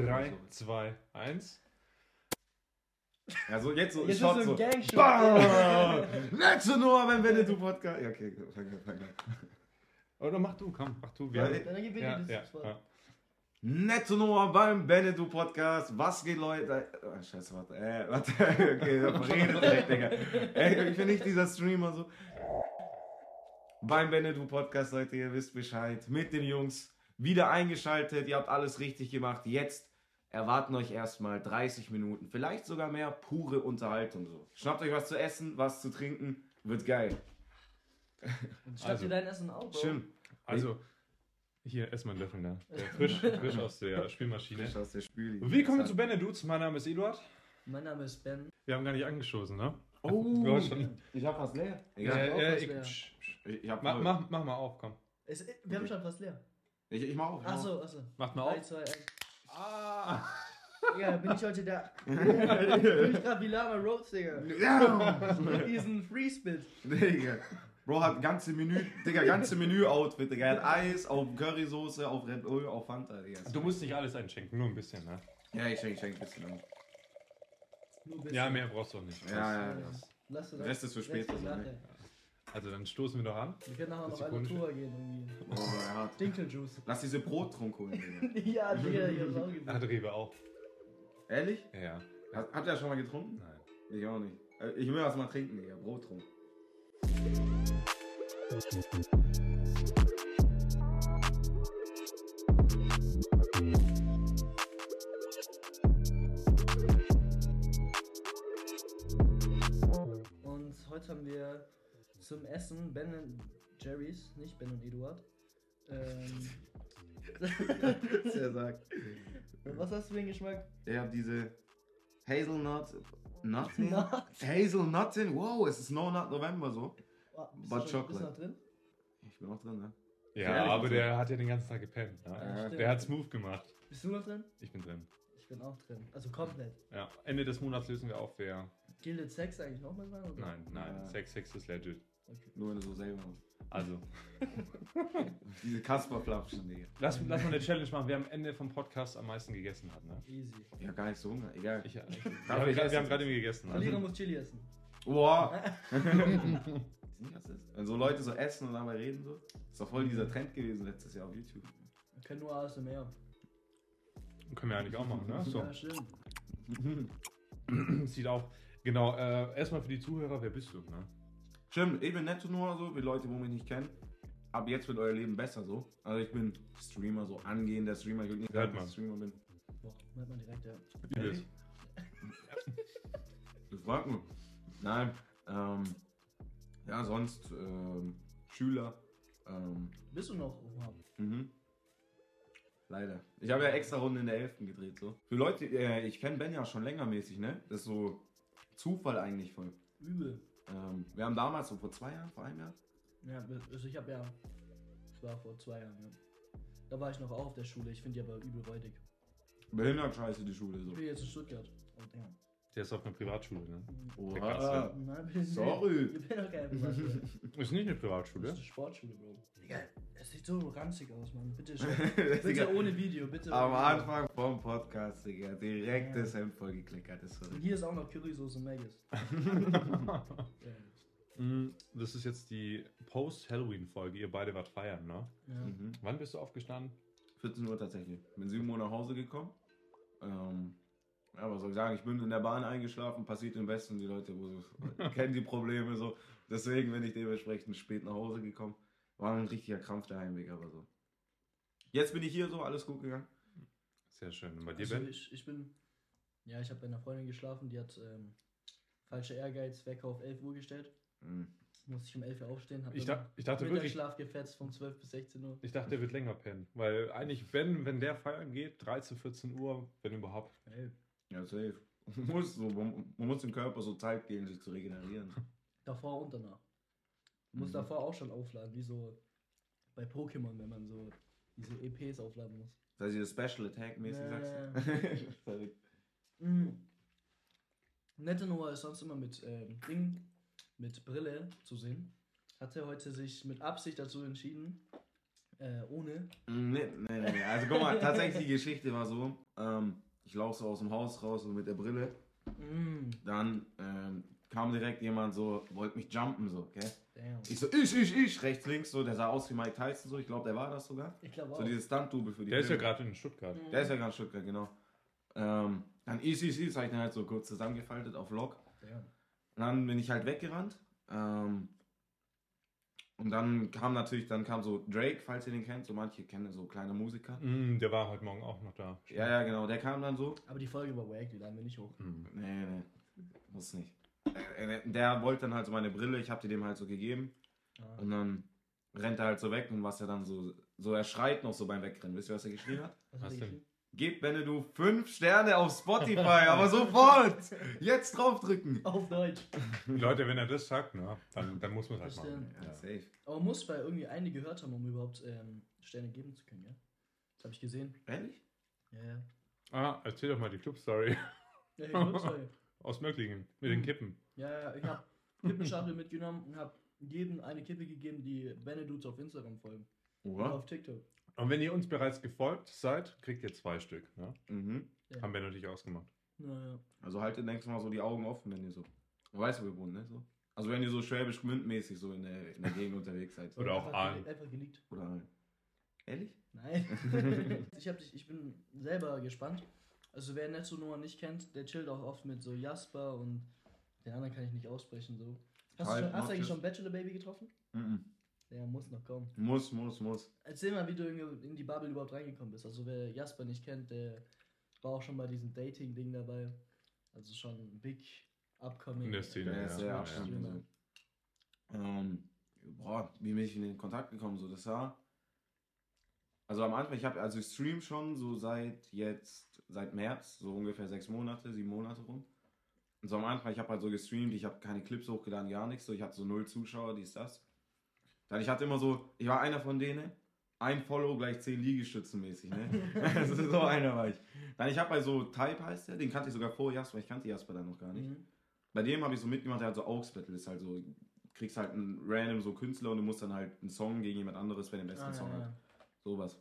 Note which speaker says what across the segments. Speaker 1: 3,
Speaker 2: so.
Speaker 1: 2, 1.
Speaker 2: Also jetzt so
Speaker 3: Jetzt ist
Speaker 2: Shot
Speaker 3: so ein Gang-Shot.
Speaker 2: Bam! Letzte Nummer beim Winnetou Podcast. Ja, okay, fang an, fang an.
Speaker 1: Oder Oh, mach du, komm, mach du.
Speaker 2: Ja,
Speaker 1: Wir
Speaker 3: Dann gib
Speaker 1: ja,
Speaker 3: mir
Speaker 1: ja,
Speaker 3: das
Speaker 1: ja.
Speaker 2: Nette Nummer beim Benedu Podcast. Was geht, Leute? Ah, scheiße, warte. Äh, warte. Okay, redet direkt, Digga. Ey, ich bin nicht dieser Streamer so. Beim Benedu Podcast, Leute, ihr wisst Bescheid. Mit den Jungs. Wieder eingeschaltet. Ihr habt alles richtig gemacht. Jetzt erwarten euch erstmal 30 Minuten, vielleicht sogar mehr, pure Unterhaltung. So. Schnappt euch was zu essen, was zu trinken. Wird geil.
Speaker 3: Schnapp dir dein Essen auf. Bro.
Speaker 2: Schön.
Speaker 1: Also, hier, erstmal einen Löffel da. Der Frisch, frisch aus der Spülmaschine.
Speaker 2: Frisch aus der Spüli.
Speaker 1: Willkommen zu Benedudes, mein Name ist Eduard.
Speaker 3: Mein Name ist Ben.
Speaker 1: Wir haben gar nicht angeschossen, ne? Du
Speaker 2: Oh,
Speaker 1: hast schon-
Speaker 2: ich hab was leer.
Speaker 3: Ja.
Speaker 2: Egal.
Speaker 3: auch
Speaker 1: äh,
Speaker 3: was
Speaker 1: ich-
Speaker 3: leer.
Speaker 1: Psch, psch.
Speaker 2: Ich, ich hab
Speaker 1: mach,
Speaker 2: null.
Speaker 1: mach, mach mal auf, komm.
Speaker 3: Es, wir haben schon fast leer.
Speaker 2: Ich, ich mach auf. ich mach auf.
Speaker 3: Achso, achso.
Speaker 1: Macht mal
Speaker 3: 3,
Speaker 1: auf.
Speaker 3: 2, 1.
Speaker 1: Ah.
Speaker 3: Digga, bin ich heute da. bin ich grad wie Lama Rhodes, Digga.
Speaker 2: Ja,
Speaker 3: Mit diesem Free-Spit.
Speaker 2: Digga. Bro hat ganze Menü, Digga, ganze Menü-Outfit, Digga. Er hat Eis auf Currysoße, auf Red Bull, auf Fanta, Digga.
Speaker 1: Du musst nicht alles einschenken, nur ein bisschen, ne?
Speaker 2: Ja, ich schenke, ich schenke ein bisschen an.
Speaker 3: Nur bisschen.
Speaker 1: Ja, mehr brauchst du auch nicht.
Speaker 2: Ja, ja, ja.
Speaker 3: Ah, Lass du
Speaker 2: Der Rest ist für später, so, ne?
Speaker 1: Also, dann stoßen wir doch an.
Speaker 3: Wir können nachher
Speaker 1: Das
Speaker 3: noch
Speaker 1: ist
Speaker 3: eine
Speaker 1: die
Speaker 3: Tour gehen irgendwie.
Speaker 2: Oh, er hat.
Speaker 3: Dinkeljuice.
Speaker 2: Lass diese Brottrunk holen, Digga.
Speaker 3: ja, Digga, ich hab's auch gedacht.
Speaker 1: Hat Rewe Ah, auch.
Speaker 2: Ehrlich?
Speaker 1: Ja, ja.
Speaker 2: Hat, habt ihr das schon mal getrunken?
Speaker 1: Nein.
Speaker 2: Ich auch nicht. Äh, Ich will das mal trinken, Digga. Brottrunk.
Speaker 3: Und heute haben wir zum Essen Ben und Jerry's, nicht Ben und Eduard. Ähm,
Speaker 2: Was er sagt.
Speaker 3: was hast du für den Geschmack?
Speaker 2: Ich hab diese Hazelnut. Nothing?
Speaker 3: Na,
Speaker 2: Hazelnutting? Wow, es ist No Nut November so.
Speaker 3: oh, bist
Speaker 2: But
Speaker 3: du noch-
Speaker 2: chocolate.
Speaker 3: bist du noch drin?
Speaker 2: Ich bin auch drin, ne?
Speaker 1: Ja,
Speaker 2: Ehrlich,
Speaker 1: aber
Speaker 2: also.
Speaker 1: der hat ja den ganzen Tag gepennt. Ne?
Speaker 3: Ja,
Speaker 1: Der hat smooth gemacht.
Speaker 3: Bist du noch drin?
Speaker 1: Ich bin drin.
Speaker 3: Ich bin auch drin. Also komplett.
Speaker 1: Ja, Ende des Monats lösen wir auf, wer.
Speaker 3: Gilded Sex eigentlich auch mit rein? Oder?
Speaker 1: Nein, nein.
Speaker 2: Ja.
Speaker 1: Sex, Sex ist legit.
Speaker 3: Okay.
Speaker 2: Nur wenn du so selber machst.
Speaker 1: Also,
Speaker 2: Diese Kasperflapschen, Digga.
Speaker 1: lass, lass mal eine Challenge machen, wer am Ende vom Podcast am meisten gegessen hat, ne?
Speaker 3: Easy.
Speaker 2: Ich hab gar nicht so Hunger, egal.
Speaker 1: Ich, ich, wir, haben,
Speaker 2: essen?
Speaker 1: wir haben gerade eben gegessen.
Speaker 3: Verlierer
Speaker 1: Also,
Speaker 3: muss Chili essen.
Speaker 2: Boah! Ist nicht Rassist. Wenn so Leute so essen und dabei reden, so. Ist doch voll dieser Trend gewesen letztes Jahr auf YouTube.
Speaker 3: Wir können nur ASMR.
Speaker 1: können wir eigentlich auch machen, ne? So.
Speaker 3: Ja, stimmt.
Speaker 1: Sieht auch. Genau, äh, erstmal für die Zuhörer, wer bist du, ne?
Speaker 2: Stimmt, ich bin netto nur so, wie Leute, wo mich nicht kennen. Ab jetzt wird euer Leben besser so. Also ich bin Streamer, so angehender Streamer. Ich würde nicht
Speaker 1: Hört
Speaker 2: sagen, dass ich Streamer bin.
Speaker 3: Boah, merkt man direkt, ja.
Speaker 1: Übelst.
Speaker 2: Das fragt man. Nein. Ähm, ja, sonst ähm, Schüler. Ähm,
Speaker 3: Bist du noch? Oha.
Speaker 2: Mhm. Leider. Ich habe ja extra Runden in der 11. gedreht, so. Für Leute, äh, ich kenne Ben ja schon längermäßig, ne? Das ist so Zufall eigentlich voll.
Speaker 3: Übel.
Speaker 2: Ähm, wir haben damals, so vor zwei Jahren, vor einem Jahr,
Speaker 3: Ja, also ich habe ja. Ich war vor zwei Jahren, ja. Da war ich noch auch auf der Schule. Ich finde die aber übel weitig.
Speaker 2: behindert scheiße die Schule, so.
Speaker 3: Ich bin jetzt in Stuttgart. Oh, Und ja.
Speaker 1: Der ist auf einer Privatschule, ne?
Speaker 2: Oha.
Speaker 3: Nein, bin ich
Speaker 2: Oh. Sorry.
Speaker 3: nicht. Ich bin doch keine Privatschule.
Speaker 1: Ist nicht eine
Speaker 3: Das ist
Speaker 1: Privatschule.
Speaker 3: eine Sportschule, Bro. Digga, es sieht so ranzig aus, Mann. Bitte,
Speaker 2: Digga,
Speaker 3: bitte ohne Video, bitte.
Speaker 2: Am
Speaker 3: ohne Video.
Speaker 2: Anfang vom Podcast, Digga, direkt das Hemd vollgekleckert ist. So.
Speaker 3: Und hier ist auch noch Currysoße Maggis. ja.
Speaker 1: Mm, Das ist jetzt die Post-Halloween-Folge. Ihr beide wart feiern, ne?
Speaker 3: Ja.
Speaker 2: Mhm.
Speaker 1: Wann bist du aufgestanden?
Speaker 2: 14 Uhr tatsächlich. Bin 7 Uhr nach Hause gekommen. Ähm, ja, was soll ich sagen? Ich bin in der Bahn eingeschlafen, passiert im Westen, die Leute wo so, kennen die Probleme so. Deswegen bin ich dementsprechend spät nach Hause gekommen. War ein richtiger Krampf der Heimweg, aber so. Jetzt bin ich hier so, alles gut gegangen.
Speaker 1: Sehr schön. Und bei dir,
Speaker 3: Also
Speaker 1: Ben?
Speaker 3: ich, ich bin. Ja, ich habe bei einer Freundin geschlafen, die hat ähm, falscher Ehrgeiz, Wecker auf 11 Uhr gestellt.
Speaker 2: Mhm.
Speaker 3: Musste ich um 11 Uhr aufstehen, hab
Speaker 1: Ich,
Speaker 3: dann
Speaker 1: dach, ich dachte wirklich,
Speaker 3: Mittagsschlaf gefetzt von 12 bis 16 Uhr.
Speaker 1: ich dachte, der wird länger pennen. Weil eigentlich, wenn, wenn der feiern geht, 13, 14 Uhr, wenn überhaupt.
Speaker 3: Ey,
Speaker 2: Ja, safe. Man muss, so, man, man muss dem Körper so Zeit geben, sich zu regenerieren.
Speaker 3: davor und danach. Du musst
Speaker 2: Mhm.
Speaker 3: davor auch schon aufladen, wie so bei Pokémon, wenn man so diese EPs aufladen muss.
Speaker 2: Das heißt, diese Special Attack-mäßig
Speaker 3: Ja,
Speaker 2: sagst du. Verrückt.
Speaker 3: Mm. Nette Noah ist sonst immer mit ähm, Ding, mit Brille zu sehen. Hat er heute sich mit Absicht dazu entschieden, äh, ohne.
Speaker 2: Mm, Nee, nee, nee, nee. Also guck mal, tatsächlich die Geschichte war so, ähm, Ich laufe so aus dem Haus raus und mit der Brille.
Speaker 3: Mm,
Speaker 2: Dann ähm, kam direkt jemand so, wollte mich jumpen so, gell?
Speaker 3: damn.
Speaker 2: Ich so, ich, ich, ich, rechts, links, so, der sah aus wie Mike Tyson, so, ich glaube, der war das sogar.
Speaker 3: Ich glaube auch. Mm.
Speaker 2: So dieses Stunt-Double für die
Speaker 1: Der ist ja
Speaker 2: Filme.
Speaker 1: gerade in Stuttgart.
Speaker 2: Der ist ja ganz Stuttgart, genau. Ähm, dann ist, ist, ist, habe ich den halt so kurz zusammengefaltet auf Lock.
Speaker 3: Damn.
Speaker 2: Und dann bin ich halt weggerannt. Ähm, und dann kam natürlich, dann kam so Drake, falls ihr den kennt, so manche kennen so kleine Musiker.
Speaker 1: Mm, der war heute Morgen auch noch da.
Speaker 2: Mhm. Ja, ja, genau, der kam dann so.
Speaker 3: Aber die Folge war wack, die laden wir nicht hoch.
Speaker 1: Mm.
Speaker 2: Nee, nee, muss nicht. Äh, Der wollte dann halt so meine Brille, ich habe die dem halt so gegeben.
Speaker 3: Ah.
Speaker 2: Und dann rennt er halt so weg und was er dann so, so er schreit noch so beim Wegrennen. Wisst ihr, was er geschrien hat?
Speaker 3: Was hat
Speaker 1: Was
Speaker 3: die
Speaker 1: denn?
Speaker 3: geschrieben?
Speaker 2: Gebt Benedu 5 Sterne auf Spotify, aber sofort! Jetzt draufdrücken!
Speaker 3: Auf Deutsch.
Speaker 1: Leute, wenn er das sagt, na, dann, dann muss man halt
Speaker 3: Das
Speaker 1: machen.
Speaker 2: Ja, safe.
Speaker 3: Aber man muss bei irgendwie eine gehört haben, um überhaupt ähm, Sterne geben zu können, ja? Das habe ich gesehen.
Speaker 2: Ehrlich?
Speaker 3: Ja, ja.
Speaker 1: Ah, erzähl doch mal die Club-Story
Speaker 3: Ja, ich glaub's euch.
Speaker 1: aus Möcklingen mit
Speaker 2: Mhm.
Speaker 1: den Kippen.
Speaker 3: ja, ja, ich habe Kippenschachtel mitgenommen und habe jedem eine Kippe gegeben, die Benedudes auf Instagram folgen. Und
Speaker 2: Oha.
Speaker 3: auf TikTok.
Speaker 1: Und wenn ihr uns bereits gefolgt seid, kriegt ihr zwei Stück. Ne?
Speaker 2: Mhm.
Speaker 3: Ja.
Speaker 1: Haben wir natürlich ausgemacht.
Speaker 3: Naja.
Speaker 2: Also haltet nächstes Mal so die Augen offen, wenn ihr so. Du weißt, wo wir wohnen, ne? So. Also wenn ihr so schwäbisch gmündmäßig so in der, in der Gegend unterwegs seid. So.
Speaker 1: Oder auch
Speaker 3: einfach,
Speaker 1: Aal.
Speaker 3: gele- einfach geleakt.
Speaker 2: Oder ein. Ehrlich?
Speaker 3: Nein. ich, hab dich, ich bin selber gespannt. Also wer Netto Noah nicht kennt, der chillt auch oft mit so Jasper und den anderen kann ich nicht aussprechen. So. Hast, du
Speaker 2: Halt,
Speaker 3: schon, hast du eigentlich
Speaker 2: Notches.
Speaker 3: schon Bachelor Baby getroffen?
Speaker 2: Mhm.
Speaker 3: Der muss noch kommen.
Speaker 2: Muss, muss, muss.
Speaker 3: Erzähl mal, wie du in in die Bubble überhaupt reingekommen bist. Also wer Jasper nicht kennt, der war auch schon bei diesem Dating-Ding dabei. Also schon ein big upcoming.
Speaker 1: In der Szene,
Speaker 2: Der
Speaker 1: Ja,
Speaker 2: ist
Speaker 1: ja,
Speaker 2: sehr
Speaker 1: ja.
Speaker 2: abstand. so. Ähm, boah, wie bin ich in den Kontakt gekommen? So, das war. Also am Anfang, ich habe also ich stream schon so seit jetzt, seit März, so ungefähr sechs Monate, sieben Monate rum. Und so am Anfang, ich habe halt so gestreamt, ich habe keine Clips hochgeladen, gar nichts, so ich hatte so null Zuschauer, dies, das. Dann ich hatte immer so, ich war einer von denen, ein Follow gleich zehn Liegestützen mäßig, ne? also so einer war ich. Dann ich habe bei so Type heißt der, den kannte ich sogar vor Jasper, ich kannte Jasper dann noch gar nicht.
Speaker 3: Mhm.
Speaker 2: Bei dem habe ich so mitgemacht, der hat so Aux Battle, ist halt so, kriegst halt einen random so Künstler und du musst dann halt einen Song gegen jemand anderes, wer den besten
Speaker 3: Ah,
Speaker 2: Song
Speaker 3: ja,
Speaker 2: hat.
Speaker 3: ja.
Speaker 2: Sowas.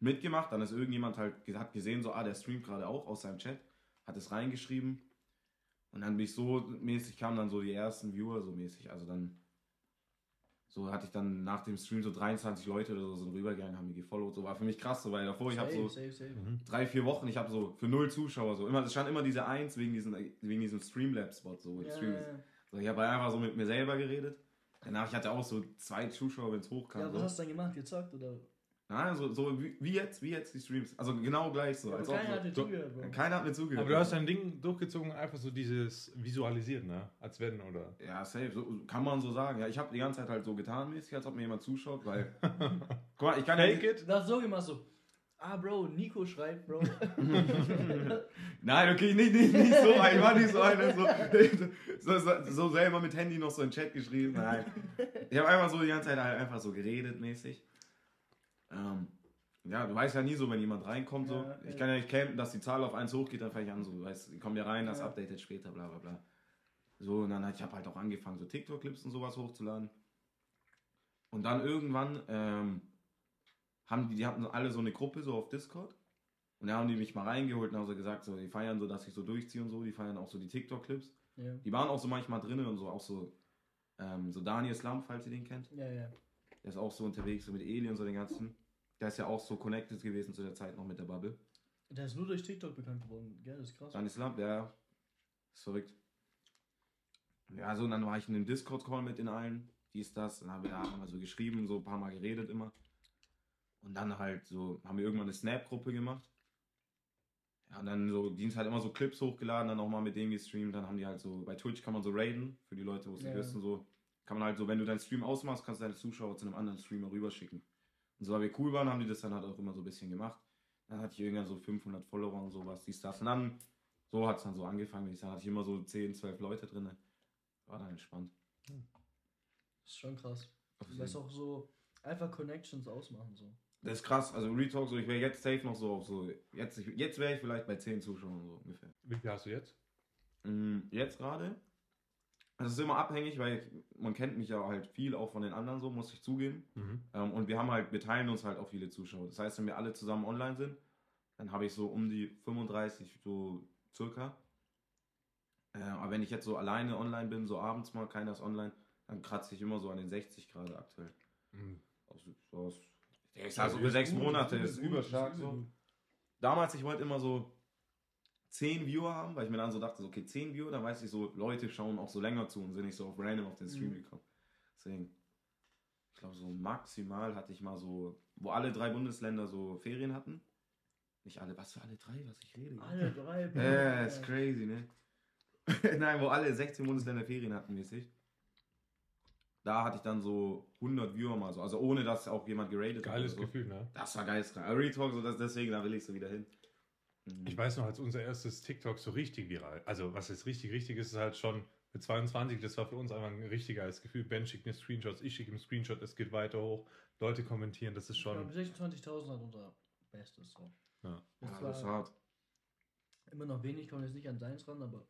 Speaker 2: Mitgemacht, dann ist irgendjemand halt, ge- hat gesehen, so, ah, der streamt gerade auch aus seinem Chat, hat es reingeschrieben. Und dann bin ich so mäßig, kamen dann so die ersten Viewer so mäßig. Also dann, so hatte ich dann nach dem Stream so 23 Leute oder so sind rübergegangen, haben mir gefollowt. So war für mich krass, so, weil davor ich habe
Speaker 3: safe,
Speaker 2: so
Speaker 3: safe, safe.
Speaker 1: Mhm.
Speaker 2: drei, vier Wochen, ich habe so für null Zuschauer so. Immer, es stand immer diese Eins wegen, diesen, wegen diesem Streamlab-Spot, so, wo die
Speaker 3: Ja,
Speaker 2: Streams.
Speaker 3: ja, ja.
Speaker 2: So, ich habe halt einfach so mit mir selber geredet. Danach, ich hatte auch so zwei Zuschauer, wenn es hochkam.
Speaker 3: ja, was
Speaker 2: so.
Speaker 3: hast du dann gemacht? Gezockt oder?
Speaker 2: Nein, so, so wie, wie jetzt, wie jetzt die Streams. Also genau gleich so.
Speaker 3: Ja,
Speaker 2: als
Speaker 3: aber keiner
Speaker 2: ob
Speaker 3: hat dir
Speaker 2: so,
Speaker 3: zugehört, Bro.
Speaker 2: keiner hat mir zugehört.
Speaker 1: Aber du hast dein Ding durchgezogen, einfach so dieses Visualisieren, ne? Als wenn, oder?
Speaker 2: ja, safe, so, kann man so sagen. Ja, ich habe die ganze Zeit halt so getan mäßig, als ob mir jemand zuschaut, weil... Guck mal, ich kann ja
Speaker 1: Fake
Speaker 2: nicht...
Speaker 1: it?
Speaker 3: Das so gemacht so. Ah, Bro, Nico schreibt, Bro.
Speaker 2: Nein, okay, nicht, nicht, nicht so, ich war nicht so einer, so, so, so, so selber mit Handy noch so in den Chat geschrieben, nein. Ich habe einfach so die ganze Zeit halt einfach so geredet mäßig. Ähm, ja, du weißt ja nie so, wenn jemand reinkommt, so.
Speaker 3: Ja,
Speaker 2: ich
Speaker 3: ja.
Speaker 2: kann ja nicht campen, dass die Zahl auf 1 hochgeht, dann fange ich an, so, du weißt, die kommen ja rein, das
Speaker 3: Ja.
Speaker 2: updatet später, bla bla bla. So, und dann halt, ich habe halt auch angefangen, so TikTok-Clips und sowas hochzuladen. Und dann irgendwann ähm, haben die, die hatten alle so eine Gruppe so auf Discord. Und da haben die mich mal reingeholt und haben so gesagt, so, die feiern so, dass ich so durchziehe und so, die feiern auch so die TikTok-Clips.
Speaker 3: ja.
Speaker 2: Die waren auch so manchmal drinnen und so, auch so, ähm, so Daniel Slum, falls ihr den kennt.
Speaker 3: ja, ja.
Speaker 2: Der ist auch so unterwegs, so mit Eli und so den ganzen. Der ist ja auch so connected gewesen zu der Zeit noch mit der Bubble.
Speaker 3: Der ist nur durch TikTok bekannt geworden. Gell, das ist krass.
Speaker 2: Daniel Slum, der ist verrückt. Ja, so, und dann war ich in einem Discord-Call mit den allen, dies, das. Dann haben wir da haben wir so geschrieben, so ein paar Mal geredet immer. Und dann halt so, haben wir irgendwann eine Snap-Gruppe gemacht. Ja, und dann so, die sind halt immer so Clips hochgeladen, dann auch mal mit dem gestreamt. Dann haben die halt so, bei Twitch kann man so raiden, für die Leute, wo es nicht
Speaker 3: Ja.
Speaker 2: wissen, so. Kann man halt so, wenn du deinen Stream ausmachst, kannst du deine Zuschauer zu einem anderen Streamer rüberschicken. Und so, weil wir cool waren, haben die das dann halt auch immer so ein bisschen gemacht. Dann hatte ich irgendwann so 500 Follower und sowas, dies, das. Und dann, so hat es dann so angefangen, ich sagen, hatte ich immer so 10, 12 Leute drin. War dann entspannt.
Speaker 3: Das ist schon krass. Du weißt auch so einfach Connections ausmachen. So.
Speaker 2: Das ist krass, also Retalk, so ich wäre jetzt safe noch so auf so, jetzt, ich, jetzt wäre ich vielleicht bei 10 Zuschauern so ungefähr.
Speaker 1: Wie viel hast du jetzt?
Speaker 2: Mm, Jetzt gerade, also es ist immer abhängig, weil ich, man kennt mich ja halt viel auch von den anderen so, muss ich zugeben.
Speaker 1: Mhm.
Speaker 2: Ähm, und wir haben halt, wir teilen uns halt auch viele Zuschauer. Das heißt, wenn wir alle zusammen online sind, Dann habe ich so um die 35, so circa. Äh, aber wenn ich jetzt so alleine online bin, so abends mal, keiner ist online, dann kratze ich immer so an den 60 gerade aktuell.
Speaker 1: Mhm.
Speaker 2: Also, so aus- ich
Speaker 1: Ja,
Speaker 2: sag so für sechs
Speaker 1: gut,
Speaker 2: Monate
Speaker 1: Also ist
Speaker 2: ist
Speaker 1: gut,
Speaker 2: überstark
Speaker 1: ist
Speaker 2: so.
Speaker 1: gut.
Speaker 2: Damals, ich wollte immer so 10 Viewer haben, weil ich mir dann so dachte, so, okay, 10 Viewer, dann weiß ich so, Leute schauen auch so länger zu und sind nicht so auf random auf den Stream
Speaker 3: Mhm.
Speaker 2: gekommen. Deswegen, ich glaube, so maximal hatte ich mal so, wo alle drei Bundesländer so Ferien hatten. Nicht alle, was für alle drei, was ich rede.
Speaker 3: Alle drei.
Speaker 2: Äh, ist crazy, ne? Nein, wo alle 16 Bundesländer Ferien hatten, mäßig. Da hatte ich dann so 100 Viewer mal so, also ohne, dass auch jemand geratet hat.
Speaker 1: Geiles
Speaker 2: oder so.
Speaker 1: Gefühl, ne?
Speaker 2: Das war geisteskrank. Aber Real Talk, so das, deswegen, da will ich so wieder hin. Mhm.
Speaker 1: Ich weiß noch, als unser erstes TikTok so richtig viral, also was jetzt richtig, richtig ist, ist halt schon mit 22, das war für uns einfach ein richtig geiles Gefühl. Ben schickt mir Screenshots, ich schicke ihm Screenshot, es geht weiter hoch, Leute kommentieren, das ist
Speaker 3: Ich glaube,
Speaker 1: schon.
Speaker 3: 26.000 hat unser Bestes. So.
Speaker 1: Ja.
Speaker 3: Das
Speaker 2: ja,
Speaker 3: war
Speaker 2: das ist hart.
Speaker 3: immer noch wenig, kommen jetzt nicht an seins ran, aber.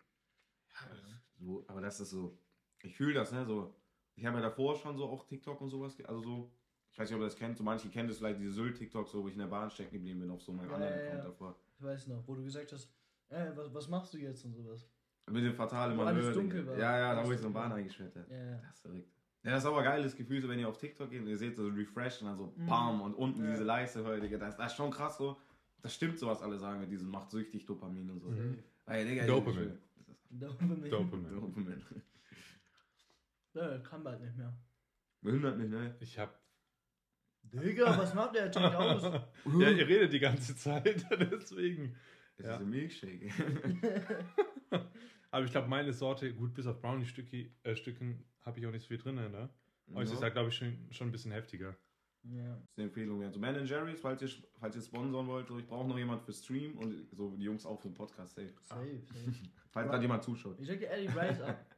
Speaker 2: So, aber das ist so, ich fühle das, ne? So, ich habe ja davor schon so auch TikTok und sowas, ge- also so, ich weiß nicht, ob ihr das kennt, so manche kennen das vielleicht, diese Sylt-TikToks, so, wo ich in der Bahn stecken geblieben bin auf so meinem
Speaker 3: Ja,
Speaker 2: anderen
Speaker 3: ja, ja.
Speaker 2: Account davor.
Speaker 3: Ich weiß noch, wo du gesagt hast, äh, was, was machst du jetzt und sowas.
Speaker 2: Mit dem fatalen
Speaker 3: Wo alles dunkel war.
Speaker 2: Ja, ja, da
Speaker 3: Alles
Speaker 2: wo ich so eine
Speaker 3: dunkel
Speaker 2: Bahn
Speaker 3: war.
Speaker 2: eingeschwert habe.
Speaker 3: Ja, ja.
Speaker 2: Das ist verrückt. Ja, das ist aber ein geiles Gefühl, so wenn ihr auf TikTok geht und ihr seht so Refresh und dann so
Speaker 3: Mhm.
Speaker 2: Bam und unten
Speaker 3: Ja.
Speaker 2: diese Leiste, hör, Digga, das, das ist schon krass so. Das stimmt so, was alle sagen mit diesem macht süchtig Dopamin und so.
Speaker 1: Mhm.
Speaker 3: Safe.
Speaker 2: Ey, Digga,
Speaker 1: Dopamin.
Speaker 2: das ist
Speaker 1: Mhm.
Speaker 3: Dopamin.
Speaker 1: Dopamin.
Speaker 2: Dopamin.
Speaker 3: Ja, kann bald nicht mehr.
Speaker 2: Behindert mich, ne?
Speaker 1: Ich hab.
Speaker 3: Digga, was macht der? Check aus.
Speaker 1: ja, ihr redet die ganze Zeit, deswegen.
Speaker 2: Das
Speaker 1: Ja.
Speaker 2: ist ein Milchshake.
Speaker 1: Aber ich glaube, meine Sorte, gut, bis auf Brownie-Stücken äh, Stücken habe ich auch nicht so viel drin, ne? Aber es ist ja, glaube ich, schon, schon ein bisschen heftiger.
Speaker 3: Ja.
Speaker 2: Das ist eine Empfehlung. Also Ben Jerry's, falls ihr, falls ihr sponsoren wollt, so, ich brauche noch jemand für Stream und so die Jungs auch für den Podcast, safe.
Speaker 1: Ah.
Speaker 3: Safe, safe.
Speaker 2: Falls gerade jemand zuschaut.
Speaker 3: Ich sag dir ehrlich, rise up.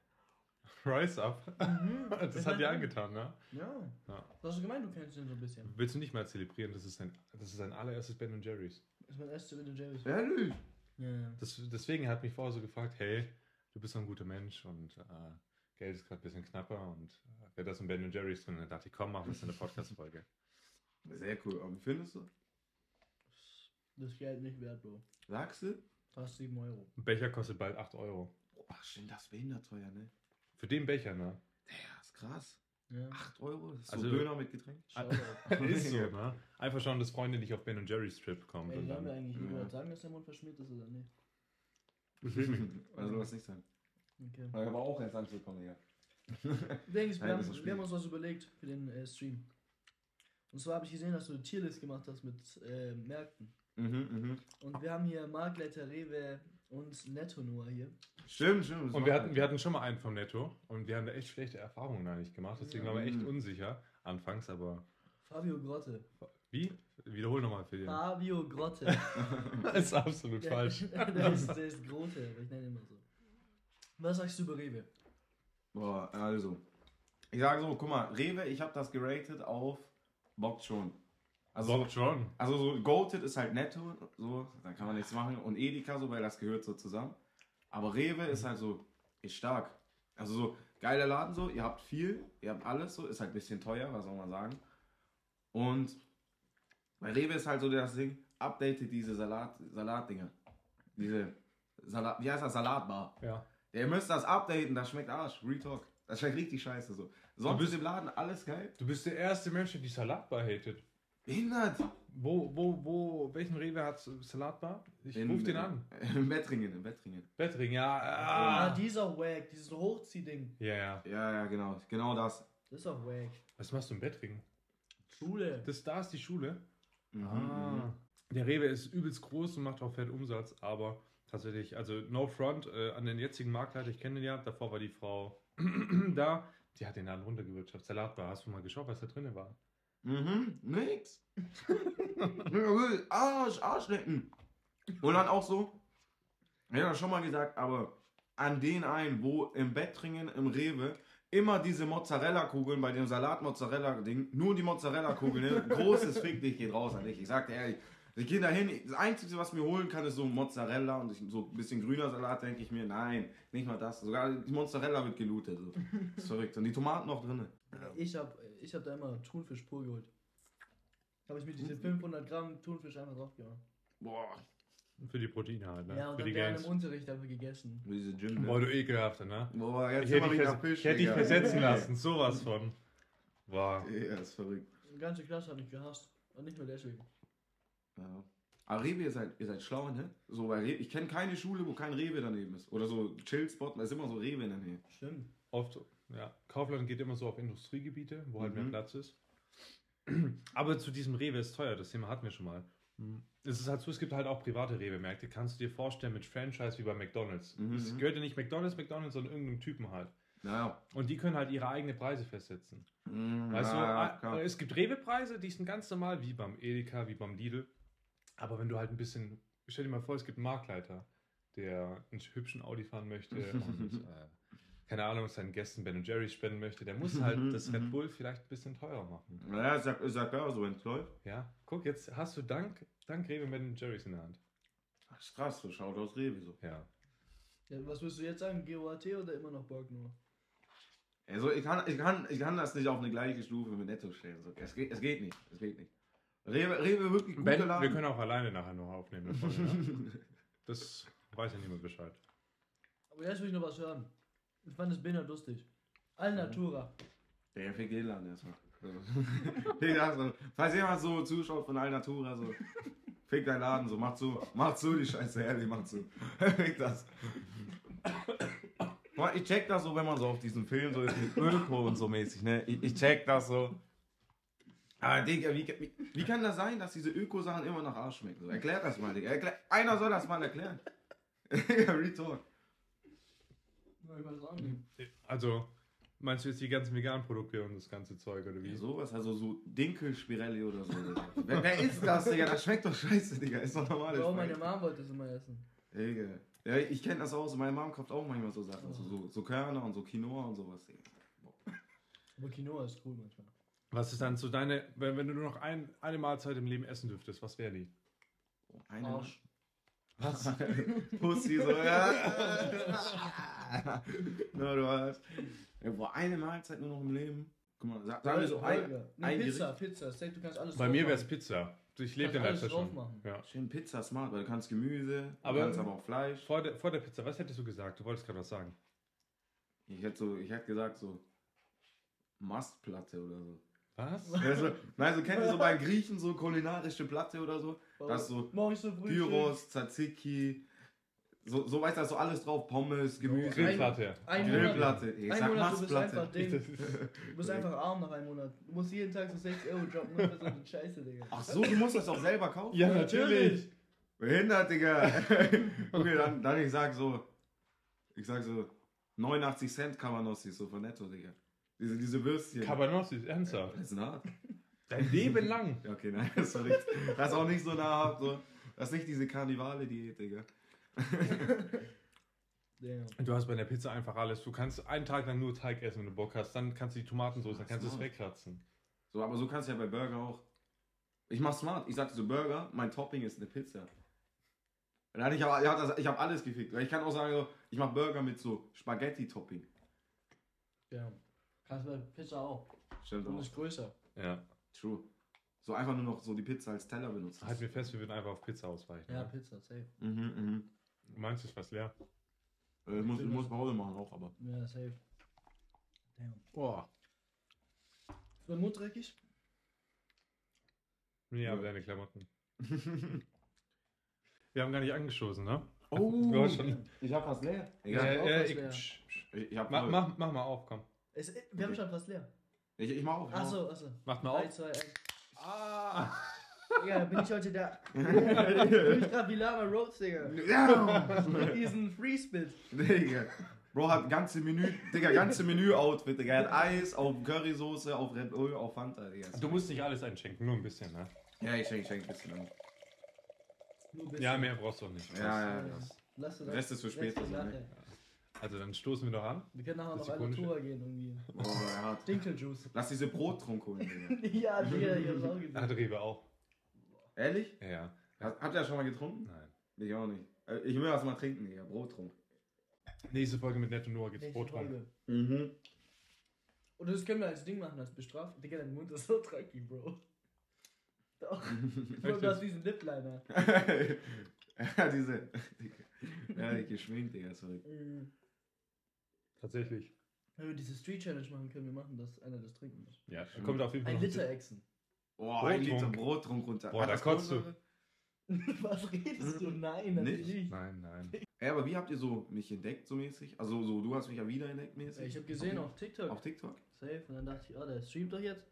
Speaker 1: Rise Up.
Speaker 3: Mhm.
Speaker 1: Das hat dir angetan, ne?
Speaker 3: Ja.
Speaker 1: Ja.
Speaker 3: Du hast du gemeint, du kennst ihn so ein bisschen.
Speaker 1: Willst du nicht mal zelebrieren? Das ist dein, das ist dein allererstes Ben Jerry's.
Speaker 3: Das ist mein erstes Ben Jerry's.
Speaker 2: Ehrlich?
Speaker 3: Ja, ja.
Speaker 1: Das, deswegen hat mich vorher so gefragt, hey, du bist so ein guter Mensch und äh, Geld ist gerade ein bisschen knapper und äh, wer das in Ben Jerry's drin? Dann dachte ich, komm, machen wir es in eine Podcast-Folge.
Speaker 2: Sehr cool. Aber wie findest du?
Speaker 3: Das Geld nicht wert, Bro.
Speaker 2: Sagst du?
Speaker 3: Fast 7 Euro.
Speaker 1: Ein Becher kostet bald 8 Euro.
Speaker 2: Boah, stimmt, das ist behindert teuer, ne?
Speaker 1: Für den Becher, ne?
Speaker 2: Ja, ist krass.
Speaker 3: Ja.
Speaker 2: 8 Euro? Das ist
Speaker 1: Also-
Speaker 2: so Döner mit Getränk?
Speaker 3: Shoutout.
Speaker 1: Ist so, ne? Einfach schauen, dass Freunde nicht auf Ben Jerry's Trip kommen.
Speaker 3: Ey,
Speaker 1: und
Speaker 3: sollen wir
Speaker 1: dann,
Speaker 3: eigentlich
Speaker 2: Ja.
Speaker 3: überhaupt sagen, dass der Mund verschmiert ist oder nicht?
Speaker 2: also was nicht sagen.
Speaker 3: Okay.
Speaker 2: Weil wir aber auch erst anzukommen, ja. Nein,
Speaker 3: Dings, wir,
Speaker 2: das ist
Speaker 3: haben, wir
Speaker 2: schwierig.
Speaker 3: haben uns was überlegt für den äh, Stream. Und zwar habe ich gesehen, dass du eine Tierlist gemacht hast mit äh, Märkten.
Speaker 2: Mhm, mhm.
Speaker 3: Und wir haben hier Marktleiter, Rewe und Netto Noah hier.
Speaker 2: Stimmt, stimmt. das
Speaker 1: Und wir
Speaker 2: macht
Speaker 1: hatten, wir hatten schon mal einen vom Netto und wir haben da echt schlechte Erfahrungen eigentlich gemacht. Deswegen waren wir echt
Speaker 2: Mhm.
Speaker 1: unsicher anfangs, aber
Speaker 3: Fabio Grotte.
Speaker 1: wie? Wiederhol nochmal für den.
Speaker 3: Fabio Grotte.
Speaker 1: ist absolut
Speaker 3: der,
Speaker 1: falsch.
Speaker 3: der, ist, der ist Grote, aber ich nenne ihn immer so. Was sagst du über Rewe?
Speaker 2: Boah, also. Ich sage so, guck mal, Rewe, ich habe das geratet auf bockt schon. Also,
Speaker 1: Also schon.
Speaker 2: also so Goated ist halt netto, so, da kann man nichts machen. Und Edeka so, weil das gehört so zusammen. Aber Rewe ist halt so, ist stark. Also so, geiler Laden so, ihr habt viel, ihr habt alles so, ist halt ein bisschen teuer, was soll man sagen. Und bei Rewe ist halt so das Ding, updatet diese Salat, Salatdinger. Diese, Salat, wie heißt das, Salatbar.
Speaker 1: Ja.
Speaker 2: Ja, ihr müsst das updaten, das schmeckt Arsch. Retalk. Das schmeckt richtig scheiße so. Sonst ist im Laden alles geil.
Speaker 1: Du bist der erste Mensch, der die Salatbar hatet.
Speaker 2: Behindert.
Speaker 1: Wo, wo, wo, welchen Rewe hat Salatbar? Ich
Speaker 2: In-
Speaker 1: ruf den an.
Speaker 2: In Wettringen, in Wettringen.
Speaker 1: Bettring, ja.
Speaker 3: Ah,
Speaker 1: Ah.
Speaker 3: die ist auch wack. Dieses Hochziehding.
Speaker 1: Ja, ja.
Speaker 2: Ja, ja, genau. Genau das.
Speaker 3: Das ist auch wack.
Speaker 1: Was machst du im Bettring?
Speaker 3: Schule.
Speaker 1: Das, da ist die Schule.
Speaker 2: Mhm,
Speaker 1: Ah.
Speaker 2: mhm.
Speaker 1: Der Rewe ist übelst groß und macht auch fett Umsatz, aber tatsächlich, also no front äh, an den jetzigen Marktleiter, ich kenne den ja, davor war die Frau da, die hat den Laden runtergewirtschaftet. Salatbar, hast du mal geschaut, was da drin war?
Speaker 2: Mhm, nix. Arsch, Arschlecken. Und dann auch so, ich hab das schon mal gesagt, aber an den einen, wo im Bettringen, im Rewe, immer diese Mozzarella-Kugeln bei dem Salat-Mozzarella-Ding, nur die Mozzarella-Kugeln, ne? großes Fick dich geht raus an dich. Ich sag dir ehrlich, ich gehe dahin, das Einzige, was ich mir holen kann, ist so Mozzarella und ich, so ein bisschen grüner Salat, denke ich mir, nein, nicht mal das. Sogar die Mozzarella wird gelootet. So. Ist verrückt. Und die Tomaten noch drin.
Speaker 3: Ich hab, ich hab da immer Thunfisch pur geholt. Habe ich mir diese 500 Gramm Thunfisch einfach drauf gemacht.
Speaker 2: Boah,
Speaker 1: Für die Proteine halt, ne?
Speaker 3: Ja, und
Speaker 1: Für die
Speaker 3: dann während im
Speaker 1: Gains.
Speaker 3: Unterricht dafür gegessen.
Speaker 2: diese Gym.
Speaker 1: Boah, du ekelhafte, ne?
Speaker 2: Boah, jetzt
Speaker 1: Ich
Speaker 2: sind
Speaker 1: hätte
Speaker 2: wir
Speaker 1: dich,
Speaker 2: wieder
Speaker 1: vers
Speaker 2: Fisch.
Speaker 1: ich hätte dich
Speaker 2: Digga.
Speaker 1: versetzen lassen, sowas von. Boah.
Speaker 2: Ja, ist verrückt.
Speaker 3: Die ganze Klasse hat mich gehasst. Und nicht nur deswegen.
Speaker 2: Ja. Aber Rewe, ihr seid, ihr seid schlau, ne? So, weil Rewe, ich kenne keine Schule, wo kein Rewe daneben ist. Oder so Chill-Spot, da ist immer so Rewe in der Nähe.
Speaker 3: Stimmt.
Speaker 1: Oft, ja. Kaufland geht immer so auf Industriegebiete, wo halt mehr
Speaker 2: Mhm.
Speaker 1: Platz ist. Aber zu diesem Rewe ist teuer, das Thema hatten wir schon mal. Es ist halt so, es gibt halt auch private Rewe-Märkte. Kannst du dir vorstellen mit Franchise wie bei McDonalds.
Speaker 2: Mhm.
Speaker 1: Es gehört ja nicht McDonalds, McDonalds, sondern irgendeinem Typen halt.
Speaker 2: Naja.
Speaker 1: Und die können halt ihre eigenen Preise festsetzen.
Speaker 2: Mhm,
Speaker 1: Weißt
Speaker 2: ja,
Speaker 1: du,
Speaker 2: klar.
Speaker 1: äh, es gibt Rewe-Preise, die sind ganz normal, wie beim Edeka, wie beim Lidl. Aber wenn du halt ein bisschen, stell dir mal vor, es gibt einen Marktleiter, der einen hübschen Audi fahren möchte und äh, keine Ahnung, seinen Gästen Ben Jerry spenden möchte, der muss
Speaker 2: Mhm,
Speaker 1: halt das Red
Speaker 2: mhm.
Speaker 1: Bull vielleicht ein bisschen teurer machen.
Speaker 2: Naja, ist ja, ist ja klar, so wenn es läuft.
Speaker 1: Ja, guck, jetzt hast du dank, dank Rewe Ben Jerry's in der Hand.
Speaker 2: Ach, ist krass, so schaut aus Rewe so.
Speaker 1: Ja.
Speaker 3: Ja, was würdest du jetzt sagen? GOAT oder immer noch Borgnor?
Speaker 2: Also ich kann, ich, kann, ich kann das nicht auf eine gleiche Stufe mit Netto stellen. So. Es, geht, es geht nicht, es geht nicht. Rewe, Rewe wirklich guter
Speaker 1: Ben, wir
Speaker 2: Laden.
Speaker 1: können auch alleine nachher noch aufnehmen. eine Folge, ja? Das weiß ja niemand Bescheid.
Speaker 3: Aber jetzt will ich noch was hören. Ich fand das Binder lustig. Allnatura.
Speaker 2: Der fängt jeden Laden erstmal. Also, fickt erstmal. Falls jemand so zuschaut von Alnatura, so, fick deinen Laden, so, mach zu, mach zu, die Scheiße, ehrlich, mach zu. Fick das. Guck mal, Ich check das so, wenn man so auf diesen Film so ist, mit Öko und so mäßig, ne? Ich, ich check das so. Aber Digga, wie, wie, wie kann das sein, dass diese Öko-Sachen immer nach Arsch schmecken? So, erklär das mal, Digga. Erklär, einer soll das mal erklären. Digga, Retalk.
Speaker 3: Soll ich mal das annehmen?
Speaker 1: Also, meinst du jetzt die ganzen veganen Produkte und das ganze Zeug oder wie?
Speaker 2: Ja, sowas, also so Dinkelspirelli oder so. wer, wer ist das, Digga? Das schmeckt doch scheiße, Digga. Ist doch normal.
Speaker 3: Oh,
Speaker 2: das
Speaker 3: meine
Speaker 2: schmeckt-
Speaker 3: Mom wollte es immer essen.
Speaker 2: Digga. Ja, ich kenne das auch so. Meine Mom kauft auch manchmal so Sachen. So, so, so Körner und so Quinoa und sowas, Digga.
Speaker 3: Aber Quinoa ist cool manchmal.
Speaker 1: Was ist dann so deine, wenn, wenn du nur noch ein, eine Mahlzeit im Leben essen dürftest, was wäre die?
Speaker 2: Oh, Eine
Speaker 3: Arsch.
Speaker 1: Was?
Speaker 2: Pussy so. Ja. Na, du hast. Ja, boah, eine Mahlzeit nur noch im Leben. Guck mal, sag, sagen wir so ein,
Speaker 3: Also, Burger.
Speaker 2: ein
Speaker 3: Nee, Pizza, Pizza. Steak, du kannst alles
Speaker 1: Bei mir wäre
Speaker 3: drauf
Speaker 1: es Pizza. Ich
Speaker 3: machen.
Speaker 1: lebe
Speaker 3: Du
Speaker 1: den
Speaker 3: kannst
Speaker 1: Lifestyle
Speaker 3: alles drauf
Speaker 1: schon.
Speaker 3: machen.
Speaker 1: Ja.
Speaker 2: Schön Pizza smart, weil du kannst Gemüse, du
Speaker 1: Aber-
Speaker 2: kannst aber auch Fleisch.
Speaker 1: Vor, der, vor der Pizza, was hättest du gesagt? Du wolltest gerade was sagen.
Speaker 2: Ich hätte so, ich hätte gesagt so Mastplatte oder so.
Speaker 1: Was?
Speaker 2: Ja, so, nein, so kennt ihr so bei Griechen so kulinarische Platte oder so?
Speaker 3: Oh,
Speaker 2: Das so
Speaker 3: Morgens so Frühstück.
Speaker 2: Gyros, Tzatziki, so, so weißt du, da ist so alles drauf, Pommes, Gemüse,
Speaker 1: Grillplatte.
Speaker 3: Ein Monat,
Speaker 2: Grillplatte, ich
Speaker 3: ein
Speaker 2: sag
Speaker 3: Monat, du bist einfach
Speaker 2: Mastplatte.
Speaker 3: Ding. Du bist einfach arm nach einem Monat. Du musst jeden Tag so 6 Euro droppen nur für so eine Scheiße, Digga.
Speaker 2: Ach so, du musst das auch selber kaufen?
Speaker 1: Ja, natürlich.
Speaker 2: Behindert, Digga. okay, dann, dann ich sag so, ich sag so, 89 Cent Cabanossi, so von Netto, Digga. Diese, diese Würstchen.
Speaker 1: Cabanossi, ernsthaft.
Speaker 2: das ist hart.
Speaker 1: Dein Leben lang.
Speaker 2: Ja, okay, nein, das ist verrückt. Das ist auch nicht so nahrhaft, so. Das ist nicht diese Karnivale-Diät, Digga.
Speaker 3: Damn.
Speaker 1: Du hast bei der Pizza einfach alles. Du kannst einen Tag lang nur Teig essen, wenn du Bock hast. Dann kannst du die Tomatensauce, dann kannst du es wegkratzen.
Speaker 2: So, aber so kannst du ja bei Burger auch. Ich mach smart. Ich sag so Burger, mein Topping ist eine Pizza. Dann hatte ich aber, ich hab, das, ich hab alles gefickt. Weil Ich kann auch sagen, so, ich mach Burger mit so Spaghetti-Topping.
Speaker 3: Damn. Kannst bei Pizza auch.
Speaker 2: Stimmt
Speaker 3: Und
Speaker 2: auch.
Speaker 3: ist größer.
Speaker 1: Ja.
Speaker 2: True. So einfach nur noch so die Pizza als Teller benutzen.
Speaker 1: Halt mir fest, wir würden einfach auf Pizza ausweichen.
Speaker 3: Ja,
Speaker 1: Ja.
Speaker 3: Pizza, safe.
Speaker 2: Mhm,
Speaker 1: Du meinst, es ist was leer?
Speaker 2: mhm. Äh, muss, muss Pause machen auch, aber.
Speaker 3: Ja, safe. Damn.
Speaker 1: Boah.
Speaker 3: Ist mein Mund dreckig?
Speaker 1: Ja, aber
Speaker 2: Ja.
Speaker 1: deine Klamotten. Wir haben gar nicht angeschossen, ne?
Speaker 2: Oh,
Speaker 1: Du hast schon-
Speaker 2: ich hab was leer.
Speaker 1: Ja,
Speaker 2: Egal.
Speaker 3: hab auch
Speaker 1: ja,
Speaker 3: was
Speaker 1: ich,
Speaker 3: leer.
Speaker 1: Psch, psch.
Speaker 2: Ich, ich, hab
Speaker 1: mach,
Speaker 2: voll.
Speaker 1: mach, mach mal auf, komm.
Speaker 3: Es, wir haben schon fast leer.
Speaker 2: ich, ich mach auf. ich mach auf.
Speaker 3: Achso, achso.
Speaker 1: Macht mal
Speaker 3: 3,
Speaker 1: auf.
Speaker 3: 2, 1.
Speaker 1: Ah.
Speaker 3: Digga, bin ich heute da. bin ich grad wie Lama Rhodes, Digga.
Speaker 2: Ja.
Speaker 3: Mit diesem Free-Spit.
Speaker 2: Digga. Bro hat ganze Menü, Digga, ganze Menü-Outfit, Digga. Er hat Eis auf Currysoße, auf Red Bull, auf Fanta, Digga.
Speaker 1: Du musst nicht alles einschenken, nur ein bisschen, ne?
Speaker 2: Ja, ich schenke, ich schenke ein bisschen an.
Speaker 3: Nur ein bisschen.
Speaker 1: Ja, mehr brauchst du auch nicht.
Speaker 2: Ja, ja, ja.
Speaker 3: Lass das.
Speaker 2: Der Rest ist für später,
Speaker 3: Rest ist
Speaker 2: so, ne?
Speaker 3: nachher.
Speaker 1: Also dann stoßen wir doch an.
Speaker 3: Wir können nachher
Speaker 1: Das ist
Speaker 3: noch eine
Speaker 1: ikonisch.
Speaker 3: Tour gehen irgendwie.
Speaker 2: Boah, er hat.
Speaker 3: Dinkeljuice.
Speaker 2: Lass diese Brottrunk holen, Digga.
Speaker 3: ja, Digga, ich hab's auch
Speaker 2: Ah,
Speaker 3: gesehen.
Speaker 1: Hat Ah, Rewe auch.
Speaker 2: Ehrlich?
Speaker 1: Ja, Ja.
Speaker 2: Hat, habt ihr das schon mal getrunken?
Speaker 1: Nein.
Speaker 2: Ich auch nicht. Äh, Ich will das mal trinken, Digga. Brottrunk.
Speaker 1: Nächste Folge mit Netto Noah gibt's
Speaker 3: Nächste
Speaker 1: Brottrunk.
Speaker 3: Folge.
Speaker 2: Mhm.
Speaker 3: Und das können wir als Ding machen, als Bestrafung. Digga, dein Mund ist so dreckig, Bro. Doch.
Speaker 1: Echt
Speaker 3: Und du
Speaker 1: jetzt?
Speaker 3: hast diesen Lipliner.
Speaker 2: ja, diese. Ja, die geschminkt, Digga, sorry.
Speaker 3: Mhm.
Speaker 1: Tatsächlich.
Speaker 3: Wenn wir diese Street Challenge machen können, wir machen das, einer das trinken muss.
Speaker 1: Ja, kommt auf jeden
Speaker 2: Genau.
Speaker 1: Fall.
Speaker 3: Ein
Speaker 1: noch
Speaker 3: Liter Echsen.
Speaker 2: Oh, ein Liter
Speaker 1: Brottrunk.
Speaker 2: Brottrunk runter.
Speaker 1: Boah,
Speaker 2: Hat
Speaker 1: da
Speaker 2: das
Speaker 1: kotzt du.
Speaker 2: Kohlensäure?
Speaker 3: Was redest du? Nein, natürlich
Speaker 2: Nicht?
Speaker 3: nicht.
Speaker 1: Nein, nein.
Speaker 2: Ey, aber wie habt ihr so mich entdeckt, so mäßig? Also, so, du hast mich ja wieder entdeckt, mäßig?
Speaker 3: Ich habe gesehen auf TikTok.
Speaker 2: Auf TikTok?
Speaker 3: Safe. Und dann dachte ich, oh, der streamt doch jetzt.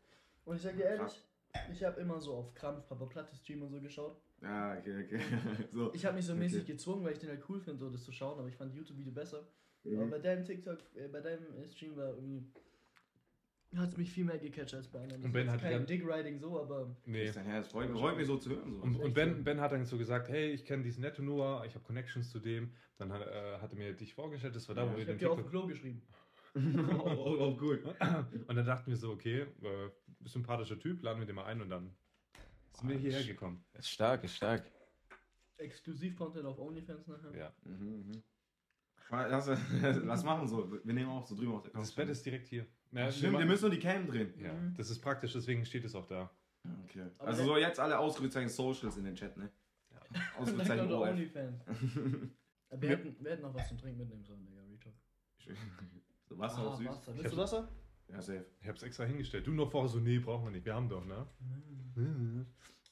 Speaker 3: Und ich sag dir ehrlich, ich habe immer so auf Krampf Papa Platte Stream und so geschaut.
Speaker 2: Ja, okay, okay. So.
Speaker 3: Ich habe mich so
Speaker 2: Okay.
Speaker 3: mäßig gezwungen, weil ich den halt cool finde, so das zu schauen, aber ich fand YouTube-Video besser.
Speaker 1: Mhm.
Speaker 3: Aber bei deinem TikTok, äh, bei deinem äh, Stream war irgendwie. Hat es mich viel mehr gecatcht als bei anderen.
Speaker 1: Und Ben
Speaker 3: Das ist
Speaker 1: hat die
Speaker 3: kein
Speaker 1: ganze-
Speaker 3: Dick-Riding so, aber.
Speaker 1: Nee.
Speaker 2: Ist dein Herz, freut mich, freut mich so zu hören. So.
Speaker 1: Und,
Speaker 3: Echt
Speaker 1: und ben,
Speaker 3: so.
Speaker 1: ben hat dann so gesagt, hey, ich kenne diesen Netto Noah, ich habe Connections zu dem. Dann hat, äh, hat er mir dich vorgestellt, das war da,
Speaker 2: Ja,
Speaker 1: wo wir
Speaker 3: Ich
Speaker 1: den
Speaker 3: hab dir auf dem
Speaker 1: TikTok...
Speaker 3: Klo geschrieben.
Speaker 2: oh, oh, oh, cool.
Speaker 1: Und dann dachten wir so, okay, äh, sympathischer Typ, laden wir den mal ein und dann sind wir
Speaker 4: Boah,
Speaker 1: hierher
Speaker 4: sch-
Speaker 1: gekommen.
Speaker 4: Ist stark, ist stark.
Speaker 3: Exklusiv-Content auf OnlyFans nachher.
Speaker 1: Ja.
Speaker 2: Mhm, mhm. Lass, lass machen so. Wir nehmen auch so drüben auf der
Speaker 1: Das Bett ist direkt hier. Ja, wir
Speaker 2: Stimmt, wir
Speaker 1: machen-
Speaker 2: müssen nur die Cam drehen.
Speaker 1: ja,
Speaker 3: Mhm.
Speaker 1: das ist praktisch, deswegen steht es auch da.
Speaker 2: Okay.
Speaker 3: Aber
Speaker 2: also
Speaker 3: der-
Speaker 2: so jetzt alle ausgezeichnet Socials in den Chat, ne?
Speaker 1: Ja.
Speaker 3: Und dann
Speaker 2: Ausgezeichnet
Speaker 3: kommt auch
Speaker 2: OF.
Speaker 3: OnlyFans. Aber Wir
Speaker 1: Ja.
Speaker 3: hätten, wir hätten noch was zum Trinken mitnehmen sollen, Digga. Retalk.
Speaker 2: so Wasser
Speaker 3: Ah,
Speaker 2: auf süß.
Speaker 3: Wasser.
Speaker 1: Ich
Speaker 3: Willst
Speaker 1: hab-
Speaker 3: du Wasser?
Speaker 2: Ja, safe.
Speaker 1: Ich habe es extra hingestellt. Du noch vorher so, nee, brauchen wir nicht, wir haben doch, ne?
Speaker 3: Mhm.